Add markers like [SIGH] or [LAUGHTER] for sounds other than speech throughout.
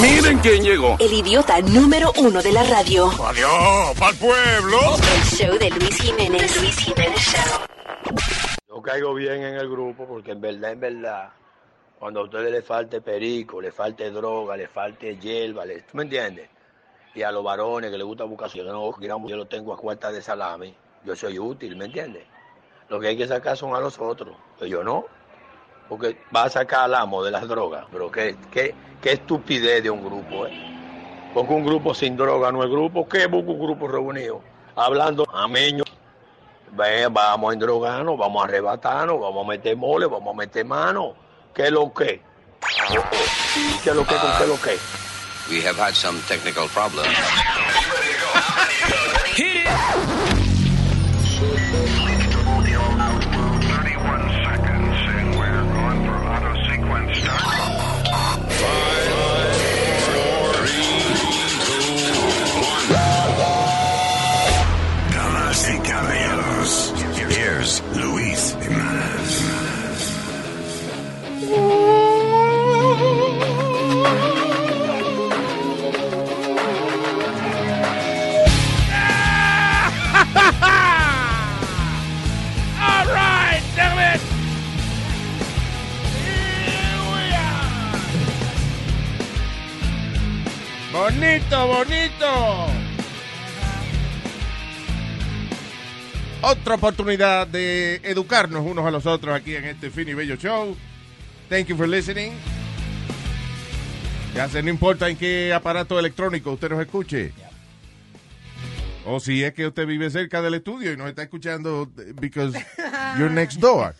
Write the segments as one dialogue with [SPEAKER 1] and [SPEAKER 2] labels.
[SPEAKER 1] Miren quién llegó.
[SPEAKER 2] El idiota número uno de la radio.
[SPEAKER 1] Adiós, pa'l pueblo.
[SPEAKER 2] El show de Luis Jiménez. Luis Jiménez Show.
[SPEAKER 3] Yo caigo bien en el grupo porque en verdad, en verdad, cuando a ustedes les falte perico, les falte droga, les falte hierba, les, ¿tú me entiendes? Y a los varones que les gusta buscar su yo, no, yo lo tengo a cuarta de salami, yo soy útil, ¿me entiendes? Lo que hay que sacar son a los otros, pero yo no, porque va a sacar al amo de las drogas, pero qué, qué, qué estupidez de un grupo, ¿eh? Porque un grupo sin droga no es grupo, ¿qué busca un grupo reunido? Hablando ameño, Ven, vamos a endrogarnos, vamos a arrebatarnos, vamos a meter mole, vamos a meter mano. ¿Qué lo que? ¿Qué lo que con qué lo que?
[SPEAKER 4] We have had some technical problems.
[SPEAKER 5] Luis
[SPEAKER 6] [LAUGHS] All right, damn it! Here we are. Bonito, bonito. Otra oportunidad de educarnos unos a los otros aquí en este fin y bello show. Thank you for listening. Ya se no importa en qué aparato electrónico usted nos escuche. O si es que usted vive cerca del estudio y nos está escuchando because you're next door.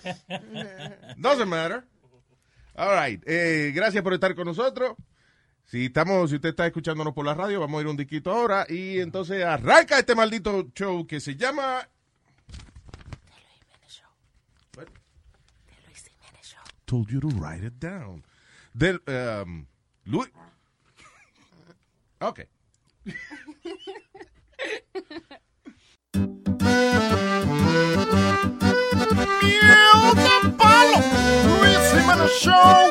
[SPEAKER 6] Doesn't matter. All right. Eh, gracias por estar con nosotros. Si estamos, si usted está escuchándonos por la radio, vamos a ir un disquito ahora y entonces arranca este maldito show que se llama Told you to write it down. Del, um, Luis. Okay.
[SPEAKER 7] Miel de palo, Luis Jiménez Show.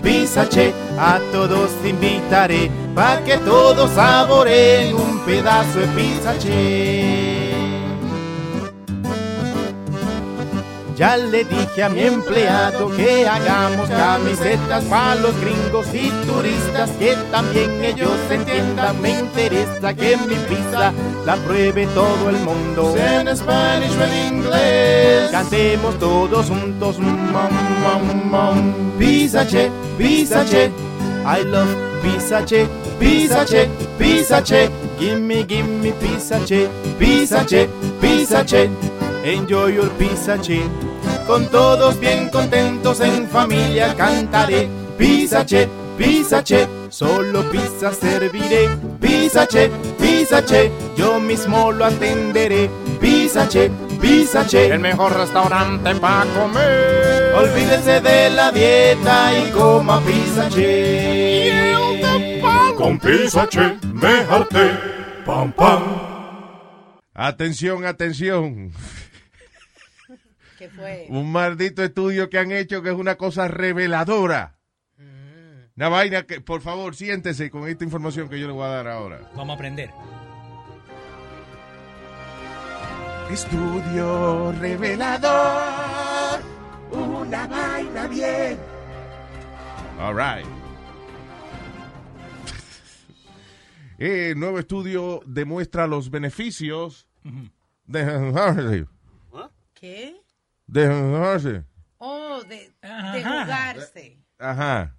[SPEAKER 7] Pizza Che, a todos te invitaré pa que todos saboreen un pedazo de Pizza Che. Ya le dije a mi empleado que hagamos camisetas para los gringos y turistas que también ellos entiendan. Me interesa que mi pizza la pruebe todo el mundo. En español o en inglés. Cantemos todos juntos. Mm, Mom, mom, mom. mm. Pizza che, pizza che. I love pizza che, pizza che, pizza che. Gimme, gimme pizza che, pizza che, pizza che. Enjoy your pizza che. Con todos bien contentos en familia cantaré. Pizza che, pizza che, solo pizza serviré. Pizza che, pizza che, yo mismo lo atenderé. Pizza che, pizza che, el mejor restaurante para comer. Olvídese de la dieta y coma pizza che.
[SPEAKER 5] Con Pizza Che me harté. Pam, pam.
[SPEAKER 6] Atención, atención.
[SPEAKER 8] [LAUGHS] ¿Qué fue?
[SPEAKER 6] Un maldito estudio que han hecho que es una cosa reveladora. Una vaina que, por favor, siéntese con esta información que yo le voy a dar ahora.
[SPEAKER 9] Vamos a aprender.
[SPEAKER 7] Estudio revelador, una vaina bien.
[SPEAKER 6] All right. [LAUGHS] Eh, nuevo estudio demuestra los beneficios de janjarse.
[SPEAKER 8] ¿Qué?
[SPEAKER 6] De janjarse.
[SPEAKER 8] Oh, de, de jugarse.
[SPEAKER 6] Ajá.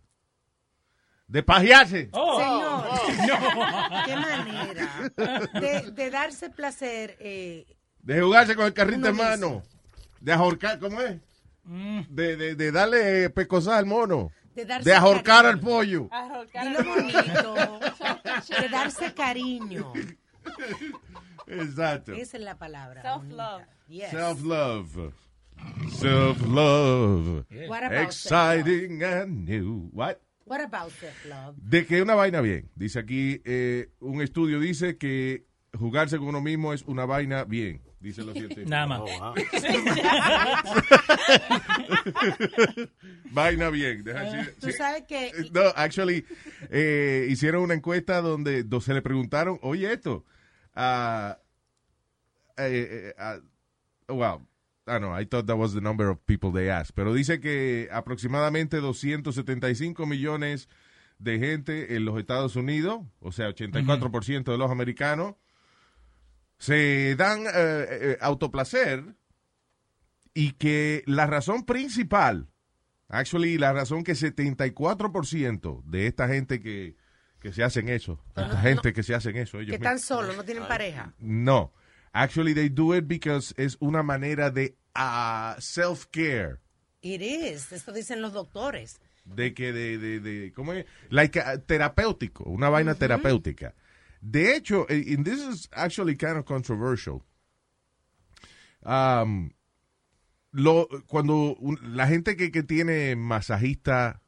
[SPEAKER 6] De pajearse.
[SPEAKER 8] Señor,
[SPEAKER 6] Oh, [LAUGHS]
[SPEAKER 9] No.
[SPEAKER 8] qué manera. De, de darse placer. eh,
[SPEAKER 6] De jugarse con el carrito
[SPEAKER 8] Uno
[SPEAKER 6] en mano. De ahorcar, ¿cómo es? De, de, de darle eh, pecosada al mono.
[SPEAKER 8] De, darse
[SPEAKER 6] de ahorcar al
[SPEAKER 8] cariño. Ah.
[SPEAKER 6] pollo.
[SPEAKER 8] Dilo bonito. De darse cariño.
[SPEAKER 6] Exacto.
[SPEAKER 8] Esa es la palabra.
[SPEAKER 10] Self-love.
[SPEAKER 8] bonita. Yes.
[SPEAKER 6] Self-love. Self-love.
[SPEAKER 8] What about self-love?
[SPEAKER 6] Exciting and new. What?
[SPEAKER 8] What about self-love?
[SPEAKER 6] De que una vaina bien. Dice aquí, eh, un estudio dice que jugarse con uno mismo es una vaina bien. Dice Oh, los científicos.
[SPEAKER 9] Nada más.
[SPEAKER 6] [LAUGHS] Vaina bien. Deja así-
[SPEAKER 8] Eh, Tú
[SPEAKER 6] sí. Eh,
[SPEAKER 8] sabes que
[SPEAKER 6] No, actually, eh, hicieron una encuesta donde, do- se le preguntaron, oye, esto, a, eh, eh, a- wow, I don't know, I thought that was the number of people they asked, pero dice que aproximadamente 275 millones de gente en los Estados Unidos, o sea, 84% de los americanos, se dan eh, eh, autoplacer y que la razón principal Actually, la razón que 74% de esta gente que, que se hacen eso, esta gente que se hacen eso,
[SPEAKER 8] que
[SPEAKER 6] ellos
[SPEAKER 8] están
[SPEAKER 6] mismos.
[SPEAKER 8] solos, no tienen pareja.
[SPEAKER 6] No. Actually, they do it because es una manera de ah, self-care.
[SPEAKER 8] It is. Eso dicen los doctores.
[SPEAKER 6] De que, de, de, de, ¿cómo es? Like, ah, terapéutico, una vaina terapéutica. De hecho, eh, and this is actually kind of controversial. Um, lo, cuando un- la gente que, que tiene masajista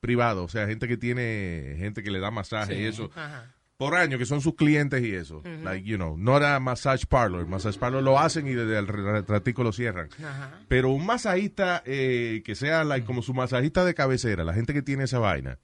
[SPEAKER 6] privado, o sea, gente que tiene, gente que le da masaje y eso,
[SPEAKER 8] Ajá.
[SPEAKER 6] por año, que son sus clientes y eso. Like, you know, no era massage parlor. Massage parlor lo hacen y desde el retratico lo cierran.
[SPEAKER 8] Ajá.
[SPEAKER 6] Pero un masajista eh, que sea like, como su masajista de cabecera, la gente que tiene esa vaina,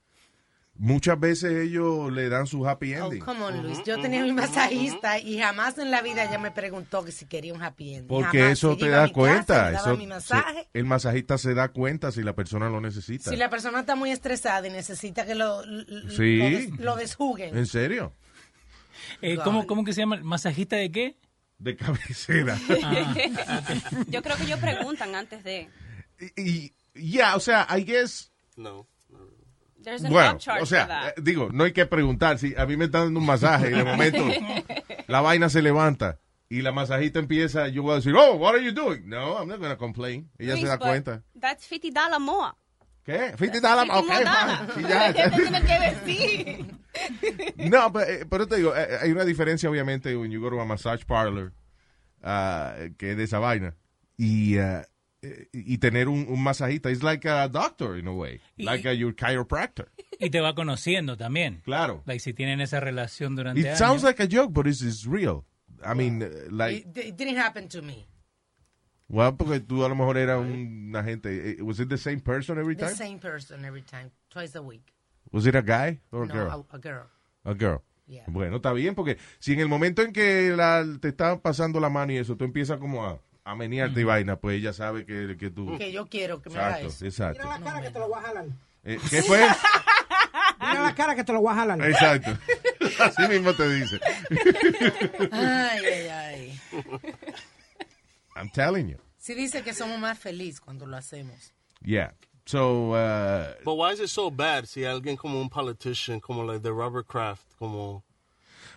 [SPEAKER 6] muchas veces ellos le dan su happy
[SPEAKER 8] Oh,
[SPEAKER 6] ending.
[SPEAKER 8] come on, Luis. Yo tenía mi masajista y jamás en la vida ella me preguntó que si quería un happy ending.
[SPEAKER 6] porque
[SPEAKER 8] Jamás.
[SPEAKER 6] eso
[SPEAKER 8] Ella
[SPEAKER 6] te
[SPEAKER 8] iba a
[SPEAKER 6] da
[SPEAKER 8] mi casa,
[SPEAKER 6] cuenta.
[SPEAKER 8] me daba
[SPEAKER 6] eso-
[SPEAKER 8] mi masaje.
[SPEAKER 6] se- el masajista se da cuenta si la persona lo necesita.
[SPEAKER 8] Si la persona está muy estresada y necesita que lo, l- l-
[SPEAKER 6] Sí.
[SPEAKER 8] lo, des- lo desjuguen.
[SPEAKER 6] ¿En serio?
[SPEAKER 9] Eh, ¿cómo, ¿Cómo que se llama? ¿Masajista de qué? Ah.
[SPEAKER 6] De
[SPEAKER 9] [LAUGHS]
[SPEAKER 6] cabecera.
[SPEAKER 10] Yo creo que ellos preguntan antes de.
[SPEAKER 6] y, y- yeah, o sea, I guess...
[SPEAKER 10] There's an
[SPEAKER 6] Bueno,
[SPEAKER 10] upcharge for
[SPEAKER 6] o [LAUGHS] sea,
[SPEAKER 10] that.
[SPEAKER 6] eh, digo, no hay que preguntar. Si a mí me están dando un masaje y de
[SPEAKER 8] [LAUGHS]
[SPEAKER 6] momento la vaina se levanta y la masajista empieza, yo voy a decir, oh, what are you doing? No, I'm not going to complain. Ella se
[SPEAKER 10] Luis,
[SPEAKER 6] da
[SPEAKER 10] but
[SPEAKER 6] cuenta.
[SPEAKER 10] That's 50 dollars more.
[SPEAKER 6] ¿Qué? Fifty dollars?
[SPEAKER 10] Fifty
[SPEAKER 6] Ok,
[SPEAKER 10] more dollars.
[SPEAKER 6] fine. Y ya.
[SPEAKER 10] [LAUGHS] Tienen que decir.
[SPEAKER 6] No, pero, eh, pero te digo, eh, hay una diferencia obviamente when you go to a massage parlor ah, que es de esa vaina y, ah, eh, y tener un, un masajista. It's like a doctor in a way, like a, your chiropractor.
[SPEAKER 9] Y te va conociendo también.
[SPEAKER 6] Claro.
[SPEAKER 9] Like, si tienen esa relación durante
[SPEAKER 6] It
[SPEAKER 9] años.
[SPEAKER 6] sounds like a joke, but it's, it's real. I mean, eh, like...
[SPEAKER 8] It, it didn't happen to me.
[SPEAKER 6] Bueno, porque tú a lo mejor eras un agente. Eh, Was it the same person every
[SPEAKER 8] The
[SPEAKER 6] time?
[SPEAKER 8] same person every time, twice a week.
[SPEAKER 6] Was it a guy or a
[SPEAKER 8] no,
[SPEAKER 6] girl?
[SPEAKER 8] A, a girl.
[SPEAKER 6] A girl.
[SPEAKER 8] Yeah.
[SPEAKER 6] Bueno, está bien, porque si en el momento en que la, te están pasando la mano y eso, tú empiezas como a, a menearte y vaina, pues ella sabe que, que tú...
[SPEAKER 8] Que yo quiero que me haga
[SPEAKER 6] Exacto,
[SPEAKER 8] eso.
[SPEAKER 6] exacto.
[SPEAKER 11] Mira la cara que te lo voy a jalar.
[SPEAKER 6] Eh, ¿Qué fue?
[SPEAKER 12] Ah.
[SPEAKER 11] Mira la cara que te lo voy a jalar.
[SPEAKER 6] exacto. [LAUGHS] Así mismo te dice.
[SPEAKER 8] Ay, ay, ay.
[SPEAKER 6] I'm telling you.
[SPEAKER 8] Sí dice que somos más felices cuando lo hacemos.
[SPEAKER 6] Yeah. So, uh,
[SPEAKER 13] But why is it so bad si alguien como un politician, como like the rubber craft, como...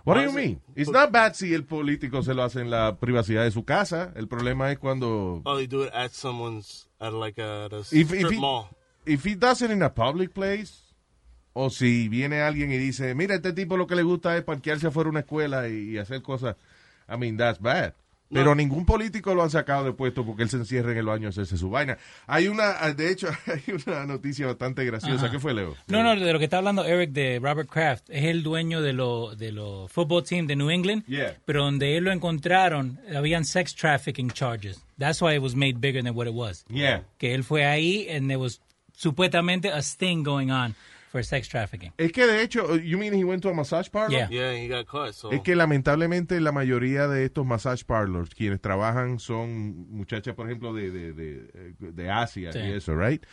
[SPEAKER 6] what do
[SPEAKER 13] Why
[SPEAKER 6] you
[SPEAKER 13] is
[SPEAKER 6] mean?
[SPEAKER 13] it-
[SPEAKER 6] It's not bad si el político se lo hace en la privacidad de su casa. El problema es cuando...
[SPEAKER 13] Oh, they do it at someone's, at like a, at a
[SPEAKER 6] If-
[SPEAKER 13] strip
[SPEAKER 6] if he-
[SPEAKER 13] mall.
[SPEAKER 6] if he does it in a public place, o si viene alguien y dice, mira, este tipo lo que le gusta es parquearse afuera de una escuela y, y hacer cosas, I mean, that's bad. Pero ningún político lo han sacado de puesto porque él se encierra en el baño a hacerse su vaina. Hay una, [LAUGHS] de hecho, hay una noticia bastante graciosa. ¿Qué fue, Leo?
[SPEAKER 9] No, no, de lo que está hablando Eric de Robert Kraft, es el dueño de los de los football team de New England,
[SPEAKER 6] Yeah.
[SPEAKER 9] pero donde él lo encontraron, habían sex trafficking charges. That's why it was made bigger than what it was.
[SPEAKER 6] Yeah.
[SPEAKER 9] Que él fue ahí and there was supuestamente a sting going on for sex trafficking.
[SPEAKER 6] Es que, de hecho, oh, you mean he went to a massage parlor?
[SPEAKER 9] Yeah.
[SPEAKER 13] Yeah, and he got caught, so...
[SPEAKER 6] Es que lamentablemente la mayoría de estos massage parlors, quienes trabajan son muchachas, por ejemplo, de, de, de, de Asia
[SPEAKER 9] Sí.
[SPEAKER 6] y eso, right?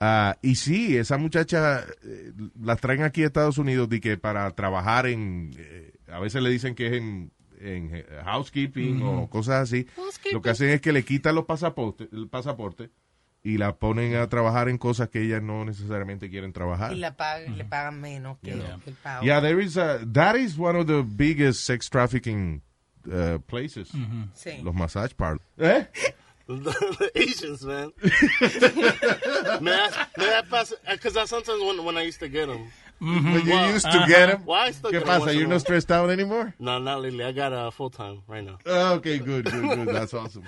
[SPEAKER 6] Ah, y sí, esa muchacha eh, las traen aquí a Estados Unidos de que para trabajar en, eh, a veces le dicen que es en, en, eh, housekeeping o cosas así. Lo que hacen es que le quitan los pasaportes, el pasaporte y la ponen a trabajar en cosas que ellas no necesariamente quieren trabajar.
[SPEAKER 8] Y la pag- le pagan menos que que el pago.
[SPEAKER 6] Yeah, there is a, that is one of the biggest sex trafficking uh, places.
[SPEAKER 8] Sí.
[SPEAKER 6] Los massage parlors. ¿Eh?
[SPEAKER 13] the, [LAUGHS] the Asians, man. man, because I sometimes when, when I used to get them.
[SPEAKER 6] [LAUGHS] When you used to get him.
[SPEAKER 13] Why I still
[SPEAKER 6] ¿Qué
[SPEAKER 13] get 'em
[SPEAKER 6] pasa?
[SPEAKER 13] once in a
[SPEAKER 6] You're
[SPEAKER 13] while.
[SPEAKER 6] not stressed out anymore?
[SPEAKER 13] No, not lately. I got a uh, full time right now.
[SPEAKER 6] Oh, okay, good, good, good. That's awesome.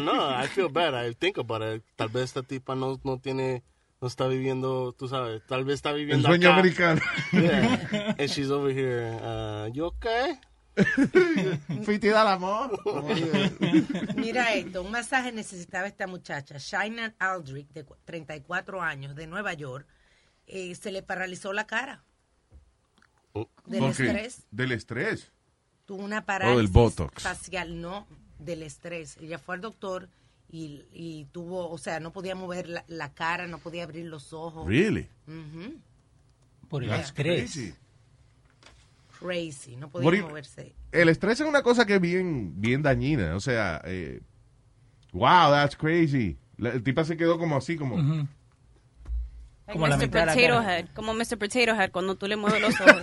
[SPEAKER 6] [LAUGHS]
[SPEAKER 13] no, I feel bad. I think about it. Tal vez esta tipa no, no tiene, no está viviendo, tú sabes, tal vez está viviendo
[SPEAKER 6] sueño
[SPEAKER 13] acá.
[SPEAKER 6] americano.
[SPEAKER 13] Yeah. And she's over here. Uh, you okay?
[SPEAKER 6] [LAUGHS] Fuiste al amor.
[SPEAKER 8] Mira esto, un masaje necesitaba esta muchacha, Shainan Aldrich, de cu- 34 años, de Nueva York. Eh, se le paralizó la cara, [LAUGHS] Del
[SPEAKER 6] Ok,
[SPEAKER 8] estrés.
[SPEAKER 6] Del estrés.
[SPEAKER 8] tuvo una parálisis
[SPEAKER 6] Botox.
[SPEAKER 8] facial, no, del estrés. Ella fue al doctor y, y tuvo, o sea, no podía mover la, la cara, no podía abrir los ojos.
[SPEAKER 6] Really?
[SPEAKER 8] Ujú.
[SPEAKER 9] Por el
[SPEAKER 6] That's
[SPEAKER 9] estrés.
[SPEAKER 6] crazy.
[SPEAKER 8] Crazy, no
[SPEAKER 6] What do
[SPEAKER 8] podía
[SPEAKER 6] you-
[SPEAKER 8] moverse.
[SPEAKER 6] El estrés es una cosa que es bien, bien dañina. O sea, eh, wow, that's crazy. La, el tipo se quedó como así, como.
[SPEAKER 9] Como la
[SPEAKER 10] Mr.
[SPEAKER 9] mitad de la
[SPEAKER 10] Potato
[SPEAKER 9] cara.
[SPEAKER 10] Head, como Mr. Potato Head cuando tú le mueves los ojos.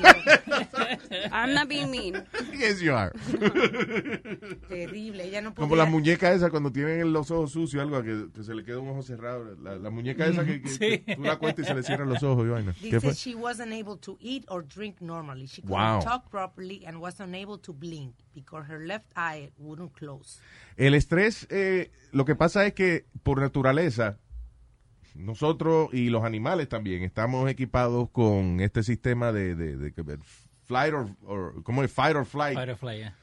[SPEAKER 10] [LAUGHS] I'm not being mean.
[SPEAKER 6] Yes, you are.
[SPEAKER 8] Terrible, ella no podía.
[SPEAKER 6] Como la muñeca esa cuando tienen los ojos sucios, algo que, que se le queda un ojo cerrado. La, la muñeca esa
[SPEAKER 9] [LAUGHS]
[SPEAKER 6] que, que-
[SPEAKER 8] Sí.
[SPEAKER 6] que tú la cuentas y se le cierran los ojos. y vaina. ¿Qué
[SPEAKER 8] Dice
[SPEAKER 6] fue?
[SPEAKER 8] she wasn't able to eat or drink normally. She couldn't
[SPEAKER 6] Wow.
[SPEAKER 8] talk properly and was unable to blink because her left eye wouldn't close.
[SPEAKER 6] El estrés, eh, lo que pasa es que por naturaleza, nosotros y los animales también estamos equipados con este sistema de, de- de- de flight or, or- ¿cómo es? Fight or flight,
[SPEAKER 9] Butterfly, yeah.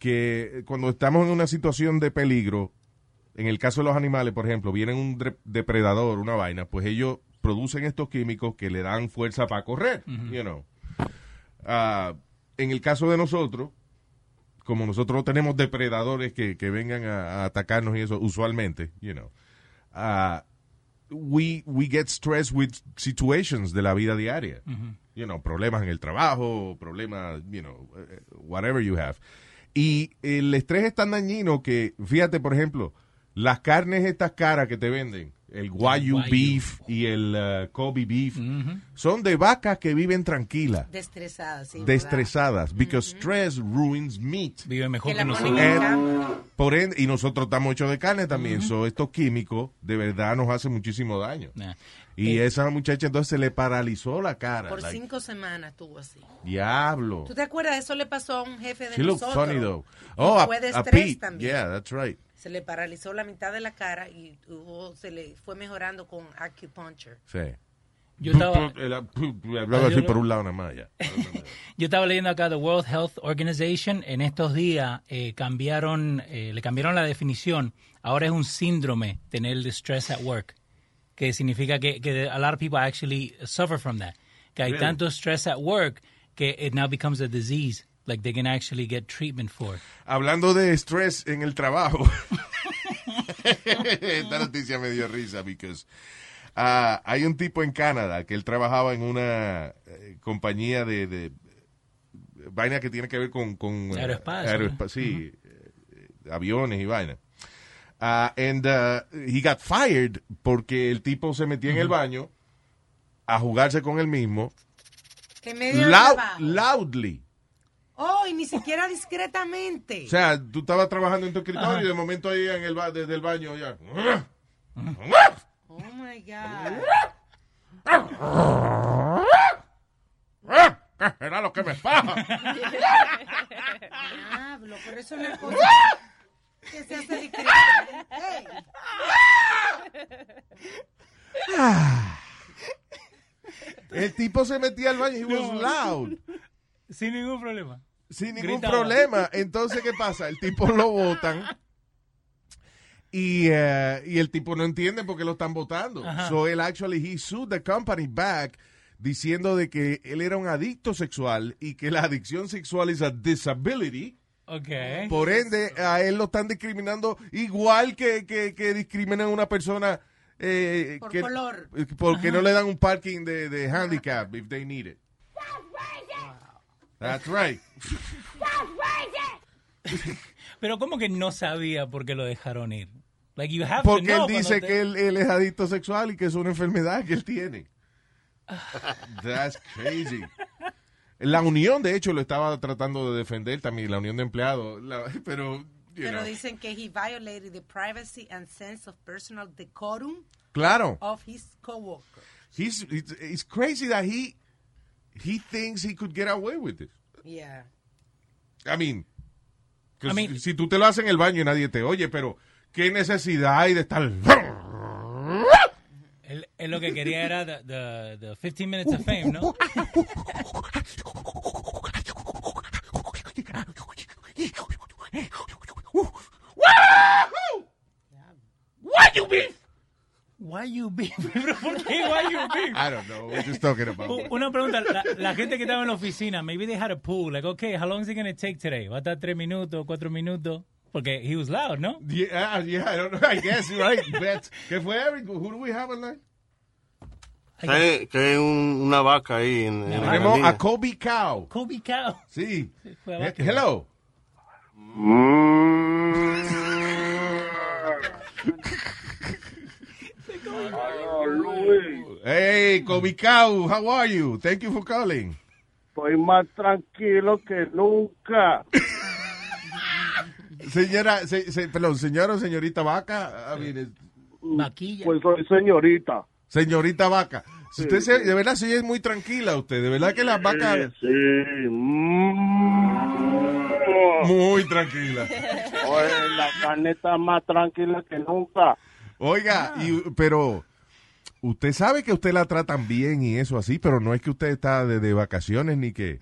[SPEAKER 6] que cuando estamos en una situación de peligro, en el caso de los animales, por ejemplo, viene un dre- depredador, una vaina, pues ellos producen estos químicos que le dan fuerza para correr, you know. Ah, en el caso de nosotros, como nosotros no tenemos depredadores que, que vengan a, a atacarnos y eso, usualmente, you know, ah, we, we get stressed with situations de la vida diaria.
[SPEAKER 7] Ujú.
[SPEAKER 6] You know, problemas en el trabajo, problemas, you know, eh, whatever you have. Y el estrés es tan dañino que, fíjate, por ejemplo, las carnes estas caras que te venden, el wagyu,
[SPEAKER 7] Wagyu.
[SPEAKER 6] beef y el eh, Kobe beef, son de vacas que viven tranquilas
[SPEAKER 8] Destresada, sí. ¿verdad?
[SPEAKER 6] destresadas because stress ruins meat. Eh,
[SPEAKER 9] Vive mejor
[SPEAKER 8] Que la que ponen nosotros. en cama.
[SPEAKER 6] por ende, y nosotros estamos hechos de carne también, so estos químicos de verdad nos hacen muchísimo daño. Y esa muchacha entonces se le paralizó la cara.
[SPEAKER 8] Eh. Por
[SPEAKER 6] like,
[SPEAKER 8] cinco semanas estuvo así.
[SPEAKER 6] diablo.
[SPEAKER 8] ¿Tú te acuerdas? Eso le pasó a un jefe de
[SPEAKER 6] She looks
[SPEAKER 8] nosotros.
[SPEAKER 6] funny though. Oh, a,
[SPEAKER 8] fue de
[SPEAKER 6] a
[SPEAKER 8] estrés
[SPEAKER 6] Pete.
[SPEAKER 8] también.
[SPEAKER 6] Yeah, that's right.
[SPEAKER 8] Se le paralizó la mitad de la cara y tuvo, se le fue mejorando con acupuncture.
[SPEAKER 6] Sí.
[SPEAKER 9] Yo estaba-
[SPEAKER 6] El- Hablaba así por un lado nada más ya.
[SPEAKER 9] Ah, Yo estaba leyendo acá The World Health Organization. En estos días eh, cambiaron, eh, le cambiaron la definición. Ahora es un síndrome tener el stress at work, que significa que, que a lot of people actually suffer from that. Que hay
[SPEAKER 14] Really?
[SPEAKER 9] tanto stress at work que it now becomes a disease, like they can actually get treatment for. it.
[SPEAKER 6] Hablando de estrés en el trabajo. [LAUGHS] Esta noticia me dio risa because ah, hay un tipo en Canadá que él trabajaba en una eh, compañía de, de, eh, vaina que tiene que ver con, con eh,
[SPEAKER 9] Aeroespacio,
[SPEAKER 6] aeroespa- sí, eh, aviones y vaina. Ah, and ah, he got fired porque el tipo se metía en el baño a jugarse con él mismo
[SPEAKER 8] Que medio de
[SPEAKER 6] lou-
[SPEAKER 8] trabajo.
[SPEAKER 6] loudly.
[SPEAKER 8] Oh, y ni siquiera discretamente.
[SPEAKER 6] O sea, tú estabas trabajando en tu escritorio y de momento ahí en el ba- desde el baño ya.
[SPEAKER 8] Oh
[SPEAKER 6] [LAUGHS]
[SPEAKER 8] my God.
[SPEAKER 6] ¿Qué será lo que me pasa?
[SPEAKER 8] Diablo, por eso no hay cosa que se
[SPEAKER 6] [LAUGHS]
[SPEAKER 8] hace discretamente.
[SPEAKER 9] Ah.
[SPEAKER 6] El tipo se metía al baño y was loud.
[SPEAKER 9] Sin ningún problema.
[SPEAKER 6] Sin ningún
[SPEAKER 9] Gritaba.
[SPEAKER 6] problema. Entonces, ¿qué pasa? El tipo lo votan. Y, eh, y el tipo no entiende por qué lo están votando.
[SPEAKER 7] Ajá.
[SPEAKER 6] So él actually he sued the company back diciendo de que él era un adicto sexual y que la adicción sexual is a disability.
[SPEAKER 9] Okay.
[SPEAKER 6] Por ende, a él lo están discriminando igual que, que, que discriminan a una persona eh,
[SPEAKER 8] Por
[SPEAKER 6] que-
[SPEAKER 8] color.
[SPEAKER 6] Porque
[SPEAKER 8] Ajá.
[SPEAKER 6] no le dan un parking de, de handicap if they need it. That's right.
[SPEAKER 9] [LAUGHS] Pero cómo que no sabía por qué lo dejaron ir. Like you have
[SPEAKER 6] Porque
[SPEAKER 9] to know
[SPEAKER 6] él dice
[SPEAKER 9] cuando te-
[SPEAKER 6] que él, él es adicto sexual y que es una enfermedad que él
[SPEAKER 8] [LAUGHS]
[SPEAKER 6] tiene. That's crazy. La unión, de hecho, lo estaba tratando de defender también, la unión de empleados. La- pero you
[SPEAKER 8] Pero
[SPEAKER 6] know.
[SPEAKER 8] dicen que he violated the privacy and sense of personal decorum
[SPEAKER 6] Claro.
[SPEAKER 8] of his coworker.
[SPEAKER 6] He's, it's, it's crazy that he, he thinks he could get away with it.
[SPEAKER 8] Yeah.
[SPEAKER 6] I mean, que si, si tú te lo haces en el baño y nadie te oye, pero qué necesidad hay de estar...
[SPEAKER 9] Él, él lo que quería era the, the, the 15 minutes of fame, ¿no?
[SPEAKER 7] Why you beef?
[SPEAKER 9] [LAUGHS] Why you beef? [LAUGHS] ¿Pero por qué why you beef?
[SPEAKER 6] I don't know. We're just talking about
[SPEAKER 9] U- Una pregunta, la, la gente que estaba en la oficina, maybe they had a pool, like, okay, how long is it going to take today? ¿Va a estar tres minutos, cuatro minutos? Porque he was loud, ¿no?
[SPEAKER 6] Yeah, ah, yeah, I don't know. I guess, right. Bet. ¿Qué fue, Eric? Who do we have online?
[SPEAKER 13] Que hay, que hay un- una vaca ahí en, en la
[SPEAKER 6] Tenemos
[SPEAKER 13] línea.
[SPEAKER 6] a Kobe Cow.
[SPEAKER 9] Kobe Cow.
[SPEAKER 6] Sí.
[SPEAKER 9] Fue a
[SPEAKER 6] Eh,
[SPEAKER 9] vaca.
[SPEAKER 6] Hello. Hey, Kobe Cow, how are you? Thank you for calling.
[SPEAKER 14] Estoy más tranquilo que nunca.
[SPEAKER 6] [LAUGHS] Señora, se- se- perdón, señora o señorita vaca. I mean,
[SPEAKER 9] Maquilla.
[SPEAKER 14] Pues soy señorita.
[SPEAKER 6] Señorita vaca. Si usted
[SPEAKER 14] Sí,
[SPEAKER 6] se-
[SPEAKER 14] sí.
[SPEAKER 6] de verdad se es muy tranquila usted, de verdad que las vacas
[SPEAKER 14] Sí, sí. Mm.
[SPEAKER 6] muy tranquila.
[SPEAKER 14] Oye, la carne está más tranquila que nunca.
[SPEAKER 6] Oiga, y- pero usted sabe que usted la tratan bien y eso así, pero no es que usted está de, de vacaciones ni que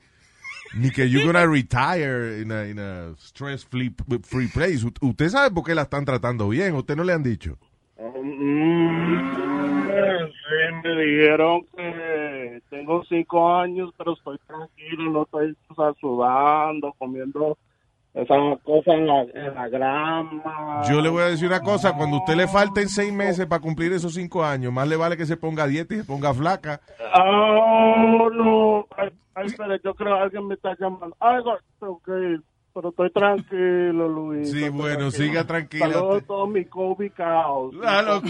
[SPEAKER 6] ni que you're gonna retire in a, in a stress free, free place. U- Usted sabe por qué la están tratando bien, usted no le han dicho.
[SPEAKER 14] Mm. Sí, me dijeron que tengo cinco años, pero estoy tranquilo, no estoy o sea, sudando, comiendo esas cosas en la, en la grama.
[SPEAKER 6] Yo le voy a decir una cosa, cuando a usted le falten seis meses para cumplir esos cinco años, más le vale que se ponga a dieta y se ponga flaca.
[SPEAKER 14] Ah, no. Ay, ay, espera, yo creo que alguien me está llamando. Ay, no, tengo que ir, Pero estoy tranquilo, Luis.
[SPEAKER 6] Sí,
[SPEAKER 14] estoy
[SPEAKER 6] bueno, siga tranquila
[SPEAKER 14] Saludos
[SPEAKER 6] usted.
[SPEAKER 14] a todos mis Kobe Cows.
[SPEAKER 6] Ah, no.